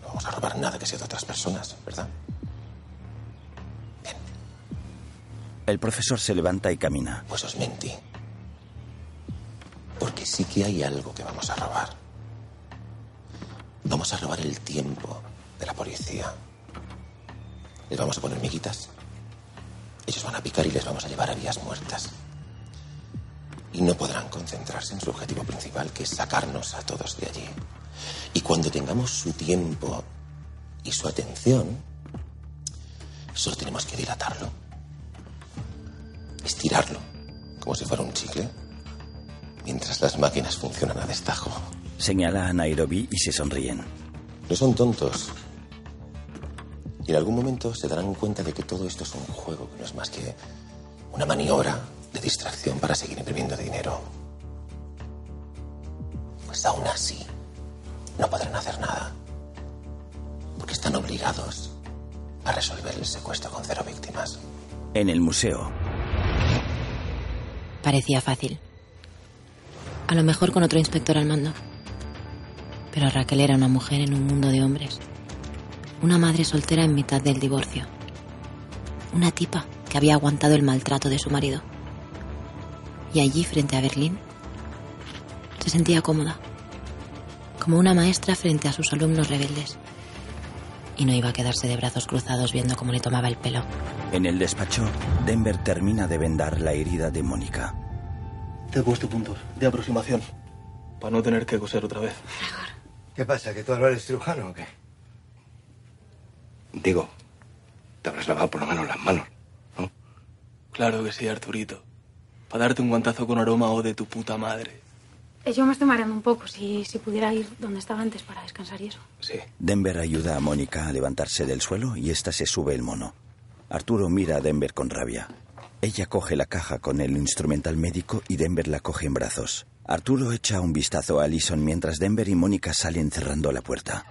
I: No vamos a robar nada que sea de otras personas, ¿verdad?
A: El profesor se levanta y camina.
I: Pues os mentí. Porque sí que hay algo que vamos a robar. Vamos a robar el tiempo de la policía. Les vamos a poner miguitas. Ellos van a picar y les vamos a llevar a vías muertas. Y no podrán concentrarse en su objetivo principal, que es sacarnos a todos de allí. Y cuando tengamos su tiempo y su atención, solo tenemos que dilatarlo. Estirarlo, como si fuera un chicle, mientras las máquinas funcionan a destajo.
A: Señala a Nairobi y se sonríen.
I: No son tontos. Y en algún momento se darán cuenta de que todo esto es un juego, que no es más que una maniobra de distracción para seguir imprimiendo dinero. Pues aún así, no podrán hacer nada. Porque están obligados a resolver el secuestro con cero víctimas.
A: En el museo,
Q: Parecía fácil. A lo mejor con otro inspector al mando. Pero Raquel era una mujer en un mundo de hombres. Una madre soltera en mitad del divorcio. Una tipa que había aguantado el maltrato de su marido. Y allí, frente a Berlín, se sentía cómoda. Como una maestra frente a sus alumnos rebeldes. Y no iba a quedarse de brazos cruzados viendo cómo le tomaba el pelo.
A: En el despacho, Denver termina de vendar la herida de Mónica.
R: Te he puesto puntos de aproximación para no tener que coser otra vez.
L: ¿Qué pasa? ¿Que tú ahora eres cirujano o qué? Digo, te habrás lavado por lo menos las manos.
R: Claro que sí, Arturito. Para darte un guantazo con aroma o de tu puta madre.
C: Eh, Yo me estoy mareando un poco. Si, si pudiera ir donde estaba antes para descansar y eso.
A: Denver ayuda a Mónica a levantarse del suelo y ésta se sube el mono. Arturo mira a Denver con rabia. Ella coge la caja con el instrumental médico y Denver la coge en brazos. Arturo echa un vistazo a Alison mientras Denver y Mónica salen cerrando la puerta.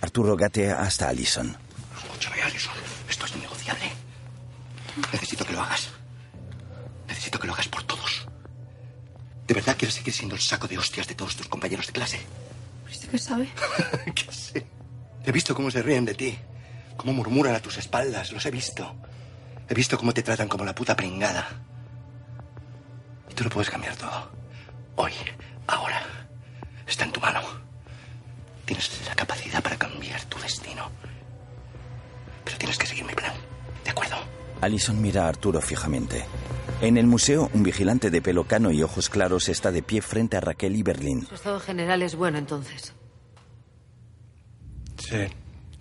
A: Arturo gatea hasta Alison.
L: Escúchame, Alison. Esto es innegociable. Necesito que lo hagas. Necesito que lo hagas por todos. ¿De verdad quieres seguir siendo el saco de hostias de todos tus compañeros de clase?
C: ¿Viste qué sabe?
L: ¿Qué sé? He visto cómo se ríen de ti. Cómo murmuran a tus espaldas. Los he visto. He visto cómo te tratan como la puta pringada. Y tú lo puedes cambiar todo. Hoy, ahora. Está en tu mano. Tienes la capacidad para cambiar tu destino. Pero tienes que seguir mi plan. ¿De acuerdo?
A: Alison mira a Arturo fijamente. En el museo, un vigilante de pelo cano y ojos claros está de pie frente a Raquel y Berlín.
H: Su estado general es bueno entonces.
D: Sí,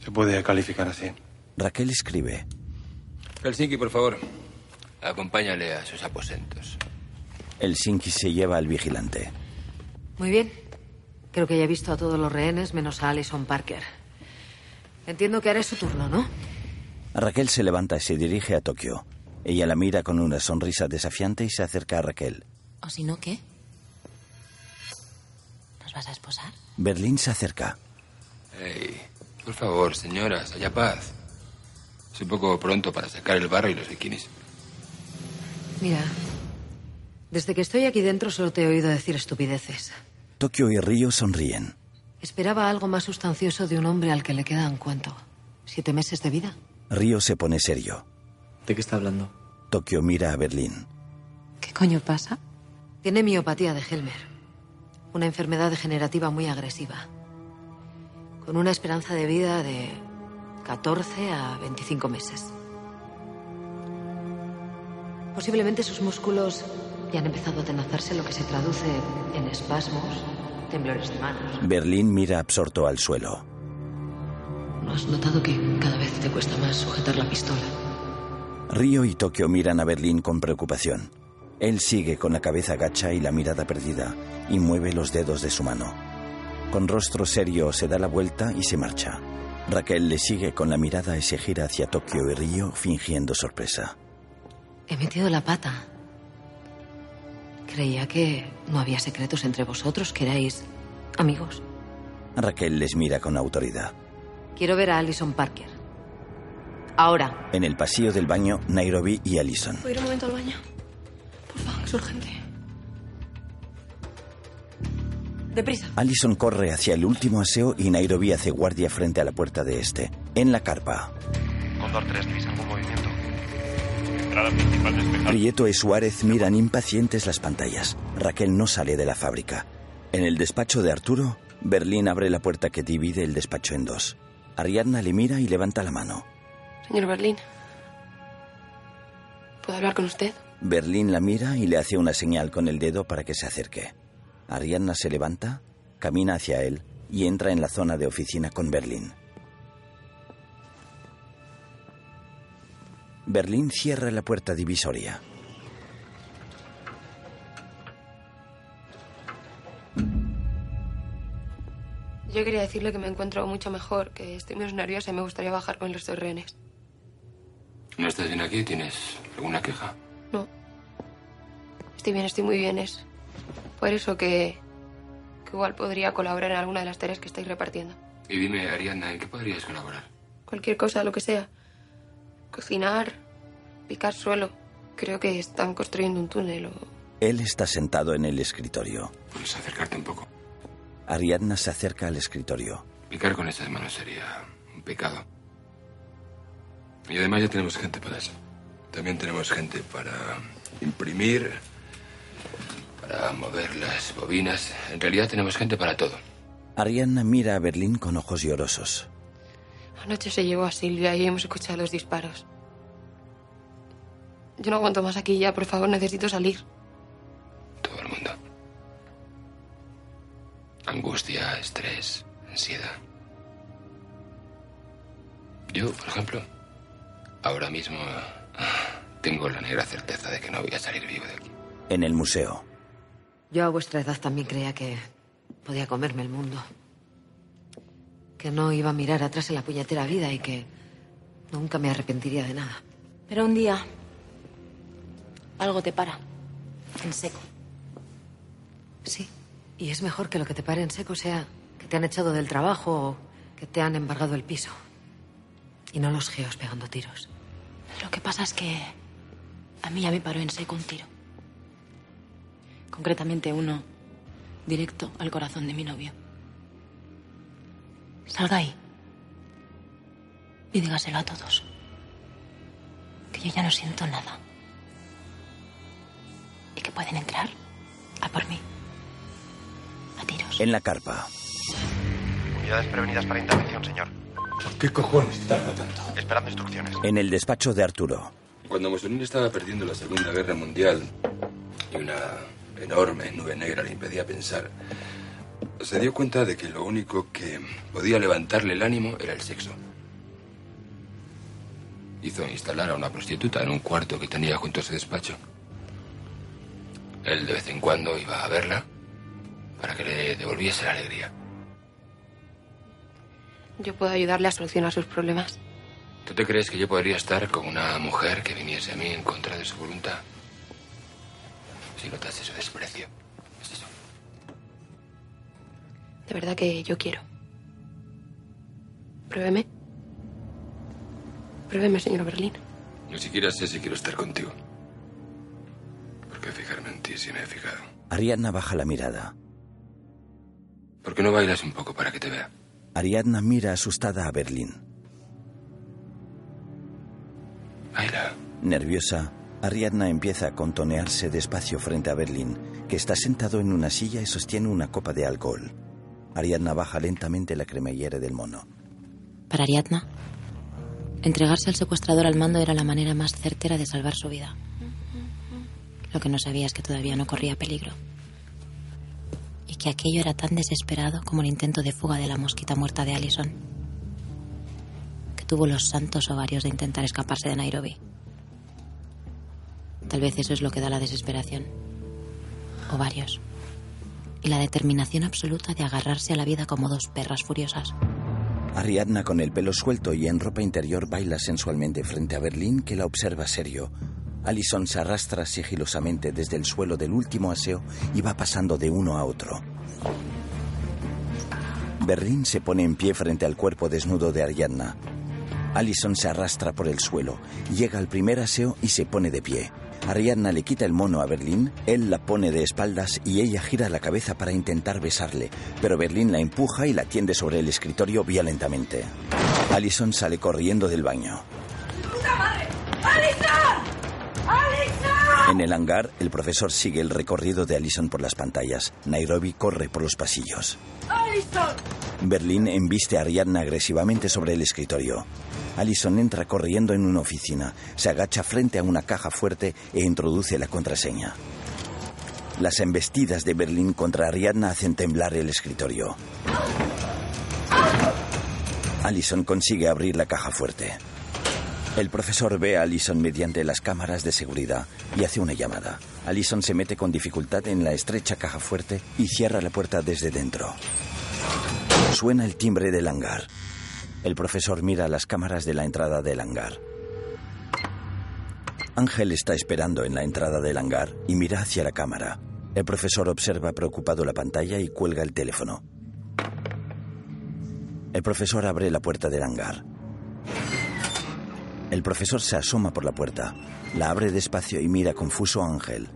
D: se puede calificar así.
A: Raquel escribe.
P: Helsinki, por favor. Acompáñale a sus aposentos.
A: El Sinki se lleva al vigilante.
H: Muy bien. Creo que ya he visto a todos los rehenes menos a Alison Parker. Entiendo que ahora es su turno, ¿no?
A: Raquel se levanta y se dirige a Tokio. Ella la mira con una sonrisa desafiante y se acerca a Raquel.
Q: ¿O si no, qué? ¿Nos vas a esposar?
A: Berlín se acerca.
P: Ey, por favor, señoras, haya paz. Es un poco pronto para sacar el barro y los bikinis.
H: Mira, desde que estoy aquí dentro solo te he oído decir estupideces.
A: Tokio y Río sonríen.
H: Esperaba algo más sustancioso de un hombre al que le quedan, ¿cuánto? ¿Siete meses de vida?
A: Río se pone serio.
B: ¿De qué está hablando?
A: Tokio mira a Berlín.
H: ¿Qué coño pasa? Tiene miopatía de Helmer. Una enfermedad degenerativa muy agresiva. Con una esperanza de vida de 14 a 25 meses. Posiblemente sus músculos ya han empezado a tenazarse, lo que se traduce en espasmos, temblores de manos.
A: Berlín mira absorto al suelo.
H: ¿No has notado que cada vez te cuesta más sujetar la pistola?
A: Río y Tokio miran a Berlín con preocupación. Él sigue con la cabeza gacha y la mirada perdida y mueve los dedos de su mano. Con rostro serio se da la vuelta y se marcha. Raquel le sigue con la mirada y se gira hacia Tokio y Río fingiendo sorpresa.
H: He metido la pata. Creía que no había secretos entre vosotros, que erais amigos.
A: Raquel les mira con autoridad.
H: Quiero ver a Alison Parker. Ahora.
A: En el pasillo del baño, Nairobi y Allison.
C: ¿Puedo ir un momento al baño? Por favor, es urgente.
E: Deprisa.
A: Allison corre hacia el último aseo y Nairobi hace guardia frente a la puerta de este, en la carpa.
S: Condor 3, ¿tenéis algún movimiento? Entrada principal despejada.
A: Prieto y Suárez miran impacientes las pantallas. Raquel no sale de la fábrica. En el despacho de Arturo, Berlín abre la puerta que divide el despacho en dos. Ariadna le mira y levanta la mano.
T: Señor Berlín, ¿puedo hablar con usted?
A: Berlín la mira y le hace una señal con el dedo para que se acerque. Ariadna se levanta, camina hacia él y entra en la zona de oficina con Berlín. Berlín cierra la puerta divisoria.
T: Yo quería decirle que me encuentro mucho mejor, que estoy menos nerviosa y me gustaría bajar con los dos rehenes.
P: ¿No estás bien aquí? ¿Tienes alguna queja?
T: No. Estoy bien, estoy muy bien. Es por eso que, que igual podría colaborar en alguna de las tareas que estáis repartiendo.
P: Y dime, Ariadna, ¿en qué podrías colaborar?
T: Cualquier cosa, lo que sea. Cocinar, picar suelo. Creo que están construyendo un túnel o...
A: Él está sentado en el escritorio.
P: Puedes acercarte un poco.
A: Ariadna se acerca al escritorio.
P: Picar con esas manos sería un pecado. Y además ya tenemos gente para eso. También tenemos gente para imprimir, para mover las bobinas. En realidad tenemos gente para todo.
A: Ariadna mira a Berlín con ojos llorosos.
T: Anoche se llevó a Silvia y hemos escuchado los disparos. Yo no aguanto más aquí ya, por favor, necesito salir.
P: Todo el mundo. Angustia, estrés, ansiedad. Yo, por ejemplo, ahora mismo ah, tengo la negra certeza de que no voy a salir vivo de aquí.
A: En el museo.
H: Yo a vuestra edad también creía que podía comerme el mundo. Que no iba a mirar atrás en la puñetera vida y que nunca me arrepentiría de nada.
E: Pero un día algo te para. En seco.
H: Sí. Y es mejor que lo que te pare en seco sea que te han echado del trabajo o que te han embargado el piso. Y no los geos pegando tiros.
Q: Lo que pasa es que a mí ya me paró en seco un tiro. Concretamente uno directo al corazón de mi novio. Salga ahí. Y dígaselo a todos. Que yo ya no siento nada. Y que pueden entrar a por mí. A tiros.
A: En la carpa.
S: Unidades prevenidas para intervención, señor.
D: ¿Qué cojones tarda tanto?
S: Esperando instrucciones.
A: En el despacho de Arturo.
P: Cuando Mussolini estaba perdiendo la Segunda Guerra Mundial y una enorme nube negra le impedía pensar, se dio cuenta de que lo único que podía levantarle el ánimo era el sexo. Hizo instalar a una prostituta en un cuarto que tenía junto a su despacho. Él de vez en cuando iba a verla para que le devolviese la alegría.
T: Yo puedo ayudarle a solucionar sus problemas.
P: ¿Tú te crees que yo podría estar con una mujer que viniese a mí en contra de su voluntad? Si notas ese desprecio.
T: De verdad que yo quiero. Pruébeme. Pruébeme, señor Berlín.
P: Ni siquiera sé si quiero estar contigo. ¿Por qué fijarme en ti si me he fijado?
A: Ariadna baja la mirada.
P: ¿Por qué no bailas un poco para que te vea?
A: Ariadna mira asustada a Berlín.
P: Baila.
A: Nerviosa, Ariadna empieza a contonearse despacio frente a Berlín, que está sentado en una silla y sostiene una copa de alcohol. Ariadna baja lentamente la cremallera del mono.
Q: Para Ariadna, entregarse al secuestrador al mando era la manera más certera de salvar su vida. Lo que no sabía es que todavía no corría peligro. Y que aquello era tan desesperado como el intento de fuga de la mosquita muerta de Allison. Que tuvo los santos ovarios de intentar escaparse de Nairobi. Tal vez eso es lo que da la desesperación. Ovarios. Y la determinación absoluta de agarrarse a la vida como dos perras furiosas.
A: Ariadna, con el pelo suelto y en ropa interior, baila sensualmente frente a Berlín, que la observa serio. Allison se arrastra sigilosamente desde el suelo del último aseo y va pasando de uno a otro. Berlín se pone en pie frente al cuerpo desnudo de Ariadna. Allison se arrastra por el suelo, llega al primer aseo y se pone de pie. Ariadna le quita el mono a Berlín, él la pone de espaldas y ella gira la cabeza para intentar besarle, pero Berlín la empuja y la tiende sobre el escritorio violentamente. Allison sale corriendo del baño.
U: ¡Puta madre! ¡Alison! ¡Alison!
A: En el hangar, el profesor sigue el recorrido de Allison por las pantallas. Nairobi corre por los pasillos.
U: ¡Alison!
A: Berlín embiste a Ariadna agresivamente sobre el escritorio. Allison entra corriendo en una oficina, se agacha frente a una caja fuerte e introduce la contraseña. Las embestidas de Berlín contra Ariadna hacen temblar el escritorio. Allison consigue abrir la caja fuerte. El profesor ve a Allison mediante las cámaras de seguridad y hace una llamada. Allison se mete con dificultad en la estrecha caja fuerte y cierra la puerta desde dentro. Suena el timbre del hangar. El profesor mira las cámaras de la entrada del hangar. Ángel está esperando en la entrada del hangar y mira hacia la cámara. El profesor observa preocupado la pantalla y cuelga el teléfono. El profesor abre la puerta del hangar. El profesor se asoma por la puerta, la abre despacio y mira confuso a Ángel.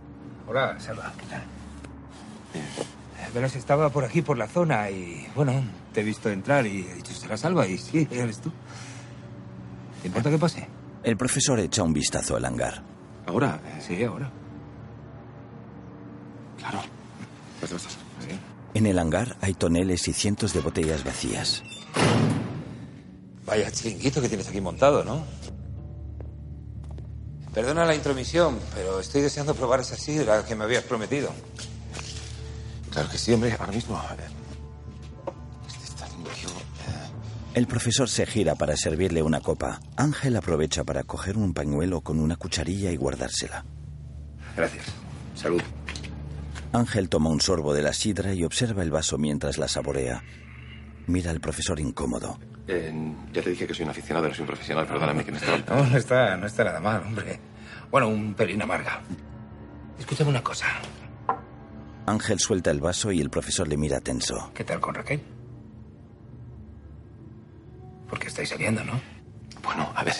V: Hola, Salva, ¿qué tal? Verás, estaba por aquí, por la zona y, bueno, te he visto entrar y he dicho, será salva y sí, eres tú. ¿Te importa que pase?
A: El profesor echa un vistazo al hangar.
V: ¿Ahora? Sí, ahora.
D: Claro. Vas, vas, vas.
V: Sí.
A: En el hangar hay toneles y cientos de botellas vacías.
V: Vaya chiringuito que tienes aquí montado, ¿no? Perdona la intromisión, pero estoy deseando probar esa sidra que me habías prometido.
I: Claro que sí, hombre, ahora mismo.
V: Este Eh.
A: El profesor se gira para servirle una copa. Ángel aprovecha para coger un pañuelo con una cucharilla y guardársela.
P: Gracias. Salud.
A: Ángel toma un sorbo de la sidra y observa el vaso mientras la saborea. Mira al profesor incómodo.
I: Eh, ya te dije que soy un aficionado, no soy un profesional. Perdóname que no
V: está... No, no está, no está nada mal, hombre. Bueno, un pelín amarga. Escúchame una cosa.
A: Ángel suelta el vaso y el profesor le mira tenso.
V: ¿Qué tal con Raquel? Porque estáis saliendo, ¿no?
I: Bueno, a ver.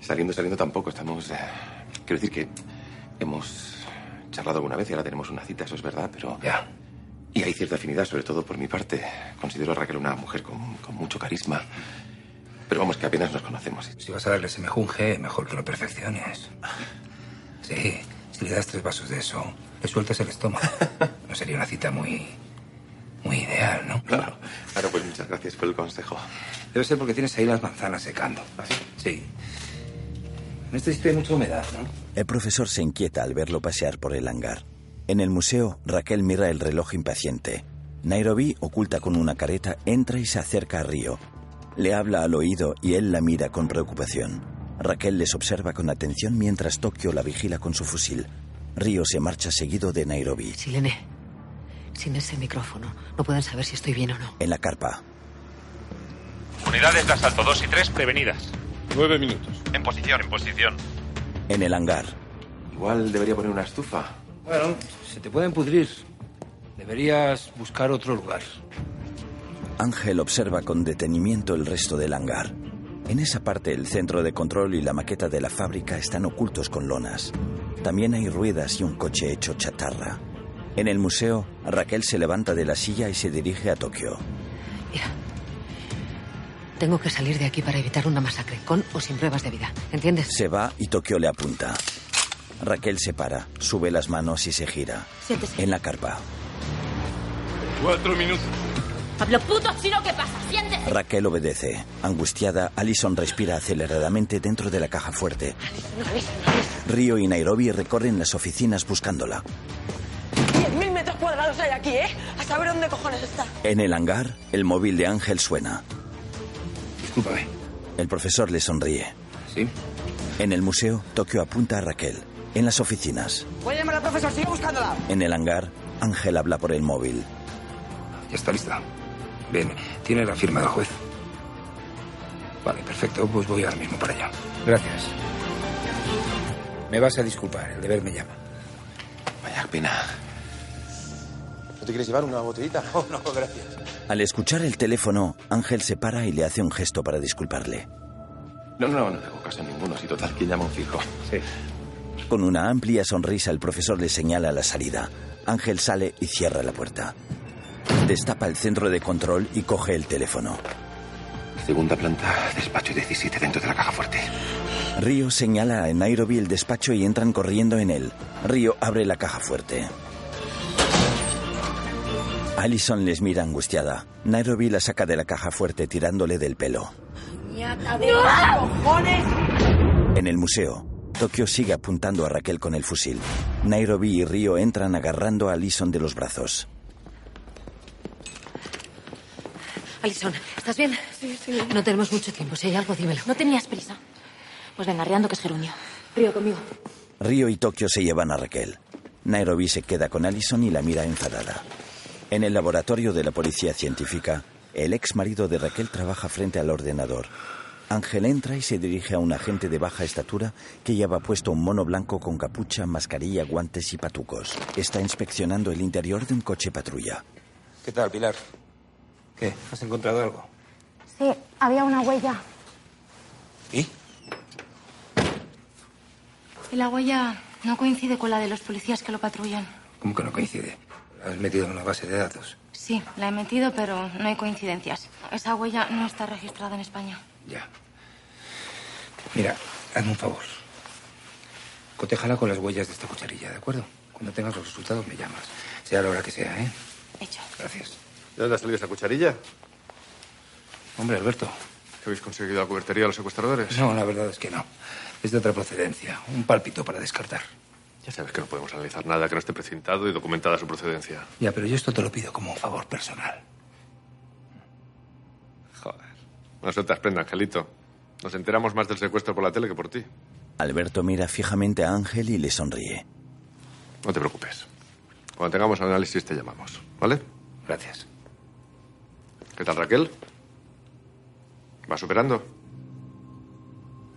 I: Saliendo, saliendo tampoco. Estamos. Eh, quiero decir que hemos charlado alguna vez y ahora tenemos una cita, eso es verdad, pero.
V: Ya.
I: Y hay cierta afinidad, sobre todo por mi parte. Considero a Raquel una mujer con, con mucho carisma. Pero vamos, que apenas nos conocemos.
V: Si vas a darle ese mejunje, mejor que lo perfecciones. Sí, si le das tres vasos de eso, le sueltas el estómago. No sería una cita muy muy ideal, ¿no?
I: Claro. Claro, pues muchas gracias por el consejo. Ah,
V: Debe ser porque tienes ahí las manzanas secando.
I: ¿Así?
V: Sí. En este sitio hay mucha humedad, ¿no?
A: El profesor se inquieta al verlo pasear por el hangar. En el museo, Raquel mira el reloj impaciente. Nairobi, oculta con una careta, entra y se acerca a Río. Le habla al oído y él la mira con preocupación. Raquel les observa con atención mientras Tokio la vigila con su fusil. Río se marcha seguido de Nairobi.
H: Silene, sin ese micrófono, no pueden saber si estoy bien o no.
A: En la carpa,
W: Unidades de asalto 2 y 3 prevenidas.
I: Nueve minutos.
W: En posición, en posición.
A: en el hangar.
X: Igual debería poner una estufa.
J: Bueno, se te pueden pudrir. Deberías buscar otro lugar.
A: Ángel observa con detenimiento el resto del hangar. En esa parte el centro de control y la maqueta de la fábrica están ocultos con lonas. También hay ruedas y un coche hecho chatarra. En el museo, Raquel se levanta de la silla y se dirige a Tokio.
H: Tengo que salir de aquí para evitar una masacre, con o sin pruebas de vida. ¿Entiendes?
A: Se va y Tokio le apunta. Raquel se para, sube las manos y se gira.
C: Siéntese.
A: En la carpa.
I: Cuatro minutos.
C: Pablo puto chino, ¿qué pasa? Siéntese.
A: Raquel obedece. Angustiada, Allison respira aceleradamente dentro de la caja fuerte. Río y Nairobi recorren las oficinas buscándola.
E: 10.000 metros cuadrados hay aquí, ¿eh? A saber dónde cojones está.
A: En el hangar, el móvil de Ángel suena. Discúlpame. El profesor le sonríe.
J: ¿Sí?
A: En el museo, Tokio apunta a Raquel. En las oficinas,
Y: Voy a llamar al profesor, sigue buscándola.
A: en el hangar, Ángel habla por el móvil.
J: Ya está lista. Bien, tiene la firma del juez. Vale, perfecto, pues voy ahora mismo para allá. Gracias. Me vas a disculpar, el deber me llama.
X: Vaya pena. ¿No te quieres llevar una botellita? Oh, no, gracias.
A: Al escuchar el teléfono, Ángel se para y le hace un gesto para disculparle.
X: No, no, no tengo caso a ninguno. Si total, que llama un fijo. Sí.
A: Con una amplia sonrisa, el profesor le señala la salida. Ángel sale y cierra la puerta. Destapa el centro de control y coge el teléfono.
X: Segunda planta, despacho 17 dentro de la caja fuerte.
A: Río señala a Nairobi el despacho y entran corriendo en él. Río abre la caja fuerte. Allison les mira angustiada. Nairobi la saca de la caja fuerte tirándole del pelo.
E: ¡Ñata de cojones!
A: En el museo, Tokio sigue apuntando a Raquel con el fusil. Nairobi y Río entran agarrando a Allison de los brazos.
H: Alison, ¿estás bien? Sí, sí. No tenemos mucho tiempo. Si hay algo, dímelo.
C: No tenías prisa. Pues venga, arreando que es gerundio. Río conmigo.
A: Río y Tokio se llevan a Raquel. Nairobi se queda con Allison y la mira enfadada. En el laboratorio de la policía científica, el ex marido de Raquel trabaja frente al ordenador. Ángel entra y se dirige a un agente de baja estatura que lleva puesto un mono blanco con capucha, mascarilla, guantes y patucos. Está inspeccionando el interior de un coche patrulla.
J: ¿Qué tal, Pilar? ¿Qué? ¿Has encontrado algo?
Z: Sí, había una huella.
C: Y la huella no coincide con la de los policías que lo patrullan.
J: ¿Cómo que no coincide? ¿La has metido en una base de datos?
C: Sí, la he metido, pero no hay coincidencias. Esa huella no está registrada en España.
J: Ya. Mira, hazme un favor. Cotéjala con las huellas de esta cucharilla, ¿de acuerdo? Cuando tengas los resultados me llamas. Sea la hora que sea, ¿eh?
C: Hecho.
J: Gracias.
I: ¿De dónde ha salido esa cucharilla?
J: Hombre, Alberto.
I: ¿Que habéis conseguido la cubertería a los secuestradores?
J: No, la verdad es que no. Es de otra procedencia. Un pálpito para descartar.
I: Ya sabes que no podemos analizar nada que no esté precintado y documentada su procedencia.
J: Ya, pero yo esto te lo pido como un favor personal.
I: Joder. No se te prenda, Angelito. Nos enteramos más del secuestro por la tele que por ti.
A: Alberto mira fijamente a Ángel y le sonríe.
I: No te preocupes. Cuando tengamos el análisis te llamamos, ¿vale?
J: Gracias.
I: ¿Qué tal, Raquel? ¿Va superando?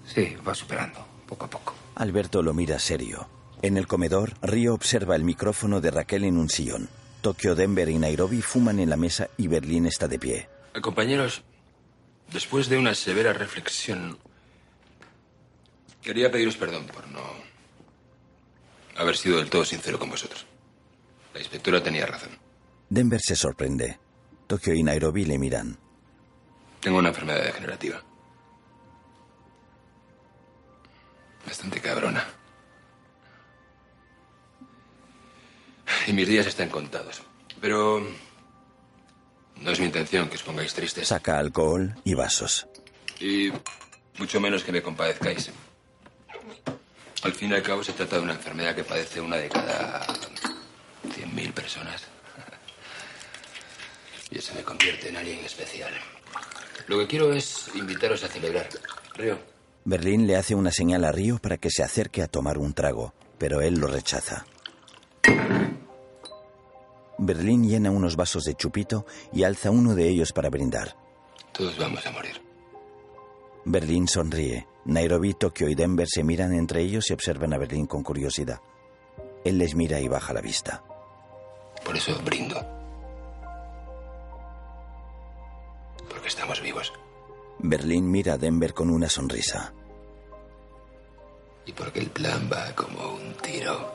J: Sí, va superando, poco a poco.
A: Alberto lo mira serio. En el comedor, Río observa el micrófono de Raquel en un sillón. Tokio, Denver y Nairobi fuman en la mesa y Berlín está de pie.
P: Eh, Compañeros, después de una severa reflexión, quería pediros perdón por no haber sido del todo sincero con vosotros. La inspectora tenía razón.
A: Denver se sorprende. Tokio y Nairobi le miran.
P: Tengo una enfermedad degenerativa. Bastante cabrona. Y mis días están contados. Pero no es mi intención que os pongáis tristes.
A: Saca alcohol y vasos.
P: Y mucho menos que me compadezcáis. Al fin y al cabo se trata de una enfermedad que padece una de cada 100.000 personas. y eso me convierte en alguien especial. Lo que quiero es invitaros a celebrar. Río,
A: Berlín le hace una señal a Río para que se acerque a tomar un trago, pero él lo rechaza. Berlín llena unos vasos de chupito y alza uno de ellos para brindar.
P: todos vamos a morir.
A: Berlín sonríe. Nairobi, Tokio y Denver se miran entre ellos y observan a Berlín con curiosidad. Él les mira y baja la vista.
P: Por eso brindo. Porque estamos vivos
A: Berlín mira a Denver con una sonrisa.
P: y porque el plan va como un tiro.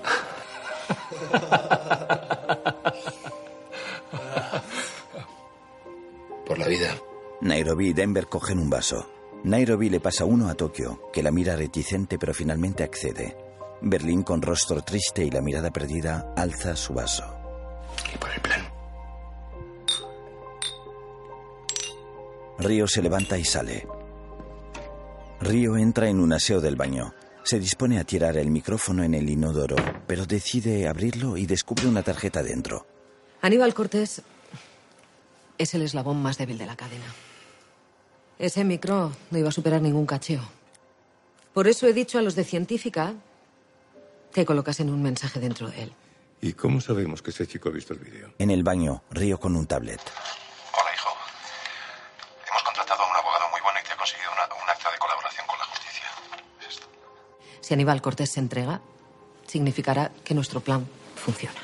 P: Por la vida.
A: Nairobi y Denver cogen un vaso. Nairobi le pasa uno a Tokio, que la mira reticente pero finalmente accede. Berlín con rostro triste y la mirada perdida alza su vaso. Río se levanta y sale. Río entra en un aseo del baño. Se dispone a tirar el micrófono en el inodoro, pero decide abrirlo y descubre una tarjeta dentro.
H: Aníbal Cortés es el eslabón más débil de la cadena. Ese micro no iba a superar ningún cacheo. Por eso he dicho a los de científica que colocasen un mensaje dentro de él.
M: ¿Y cómo sabemos que ese chico ha visto el vídeo?
A: En el baño, Río con un tablet.
F: Hola, hijo. Hemos contratado a un abogado muy bueno y te ha conseguido una- un acta de colaboración con la justicia.
H: Si Aníbal Cortés se entrega, significará que nuestro plan funciona.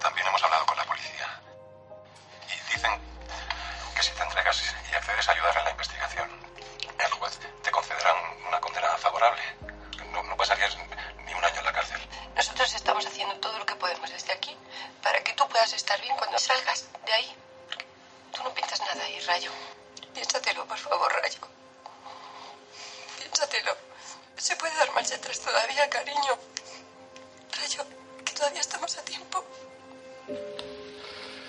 F: También hemos hablado con la policía. Y dicen que si te entregas y accedes a ayudar en la investigación, el juez te concederá un- una condena favorable. No, no pasarías ni un año en la cárcel.
T: Nosotros estamos haciendo todo lo que podemos desde aquí para que tú puedas estar bien cuando salgas de ahí. Porque Tú no piensas nada ahí, Rayo. Piénsatelo, por favor, Rayo. Piénsatelo. Se puede dar marcha atrás todavía, cariño. Rayo, que todavía estamos a tiempo.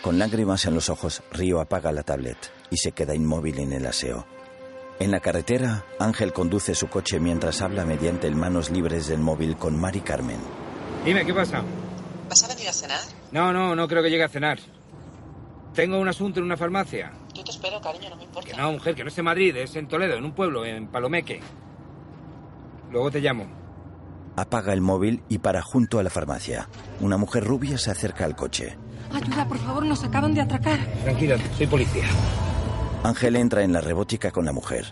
A: Con lágrimas en los ojos, Río apaga la tablet y se queda inmóvil en el aseo. En la carretera, Ángel conduce su coche mientras habla mediante el manos libres del móvil con Mari Carmen.
V: Dime, ¿qué pasa?
J: ¿Vas a venir a cenar?
V: No, no, no creo que llegue a cenar. Tengo un asunto en una farmacia.
J: Yo te espero, cariño, no me importa.
V: Que no, mujer, que no es en Madrid, es en Toledo, en un pueblo, en Palomeque. Luego te llamo.
A: Apaga el móvil y para junto a la farmacia. Una mujer rubia se acerca al coche.
K: Ayuda, por favor, nos acaban de atracar.
V: Tranquila, soy policía.
A: Ángel entra en la rebótica con la mujer.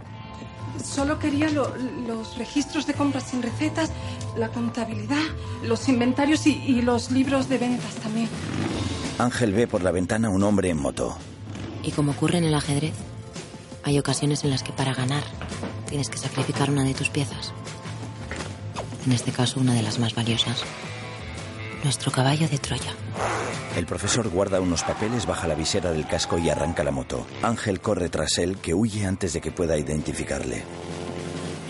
K: Solo quería lo- los registros de compras sin recetas, la contabilidad, los inventarios y, y los libros de ventas también.
A: Ángel ve por la ventana un hombre en moto.
Q: Y como ocurre en el ajedrez, hay ocasiones en las que para ganar tienes que sacrificar una de tus piezas. En este caso, una de las más valiosas. Nuestro caballo de Troya.
A: El profesor guarda unos papeles, baja la visera del casco y arranca la moto. Ángel corre tras él, que huye antes de que pueda identificarle.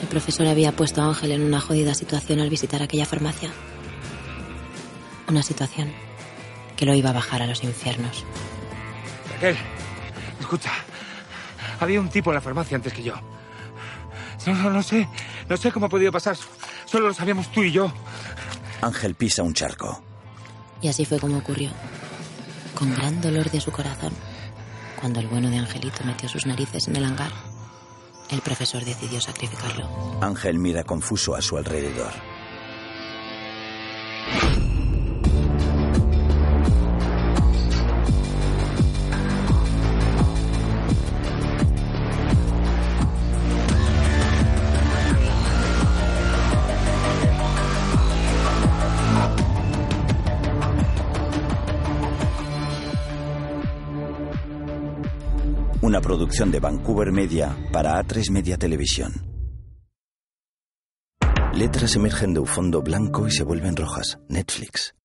Q: El profesor había puesto a Ángel en una jodida situación al visitar aquella farmacia. Una situación que lo iba a bajar a los infiernos.
V: Raquel, escucha. Había un tipo en la farmacia antes que yo. No, no, no sé. No sé cómo ha podido pasar. Solo lo sabíamos tú y yo.
A: Ángel pisa un charco.
Q: Y así fue como ocurrió. Con gran dolor de su corazón, cuando el bueno de Angelito metió sus narices en el hangar, el profesor decidió sacrificarlo.
A: Ángel mira confuso a su alrededor. Una producción de Vancouver Media para A3 Media Televisión. Letras emergen de un fondo blanco y se vuelven rojas. Netflix.